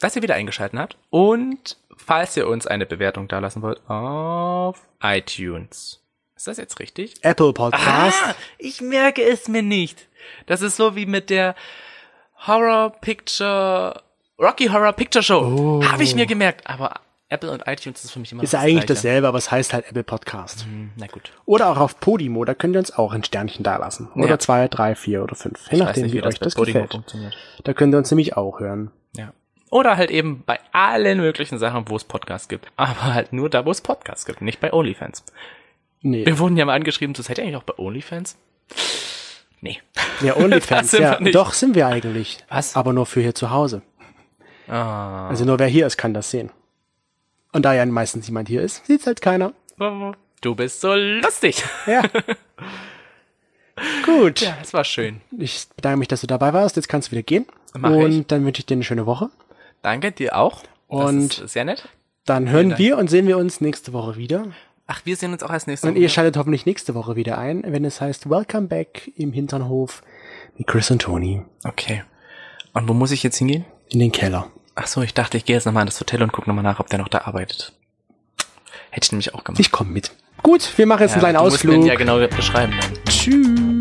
Speaker 2: dass ihr wieder eingeschaltet habt und falls ihr uns eine Bewertung dalassen wollt auf iTunes. Ist das jetzt richtig?
Speaker 1: Apple Podcast.
Speaker 2: Ah, *laughs* ich merke es mir nicht. Das ist so wie mit der Horror Picture Rocky Horror Picture Show. Habe ich mir gemerkt, aber Apple und iTunes ist für mich immer
Speaker 1: Oh. Ist eigentlich
Speaker 2: Gleiche. Hm,
Speaker 1: dasselbe, aber es heißt halt Apple Podcast.
Speaker 2: Na gut.
Speaker 1: Oder auch auf Podimo, da könnt ihr uns auch ein Sternchen dalassen. Oder
Speaker 2: Ja.
Speaker 1: zwei, drei, vier oder fünf. Je nachdem, wie, euch
Speaker 2: bei
Speaker 1: das
Speaker 2: Podimo
Speaker 1: gefällt.
Speaker 2: funktioniert.
Speaker 1: Da könnt ihr uns nämlich auch hören.
Speaker 2: Ja. Oder halt eben bei allen möglichen Sachen, wo es Podcasts gibt. Aber halt nur da, wo es Podcasts gibt, nicht bei OnlyFans.
Speaker 1: Nee.
Speaker 2: Wir wurden ja mal angeschrieben, das seid ihr eigentlich auch bei OnlyFans? Nee.
Speaker 1: Ja,
Speaker 2: *laughs* Das
Speaker 1: OnlyFans,
Speaker 2: sind
Speaker 1: ja.
Speaker 2: wir nicht.
Speaker 1: Doch, sind wir eigentlich.
Speaker 2: Was?
Speaker 1: Aber nur für hier zu Hause.
Speaker 2: Ah.
Speaker 1: Also nur wer hier ist, kann das sehen. Und da ja meistens jemand hier ist, sieht's halt keiner.
Speaker 2: Du bist so lustig. *laughs*
Speaker 1: Ja. Gut.
Speaker 2: Ja, das war schön.
Speaker 1: Ich bedanke mich, dass du dabei warst. Jetzt kannst du wieder gehen.
Speaker 2: Mach ich.
Speaker 1: und dann wünsche ich dir eine schöne Woche.
Speaker 2: Danke, dir auch.
Speaker 1: Und-
Speaker 2: das ist sehr nett.
Speaker 1: Dann hören wir und sehen wir uns nächste Woche wieder.
Speaker 2: Ach, wir sehen uns auch erst nächste
Speaker 1: Und ihr schaltet hoffentlich nächste Woche wieder ein, wenn es heißt Welcome Back im Hinternhof mit Chris und Toni
Speaker 2: Okay. Und wo muss ich jetzt hingehen?
Speaker 1: in den Keller.
Speaker 2: Ach so, ich dachte, ich gehe jetzt nochmal in das Hotel und gucke nochmal nach, ob der noch da arbeitet. Hätte ich nämlich auch gemacht.
Speaker 1: Ich komme mit. Gut, wir machen jetzt einen kleinen
Speaker 2: du musst mir
Speaker 1: Ausflug.
Speaker 2: den Ja, genau beschreiben. Dann.
Speaker 1: Tschüss.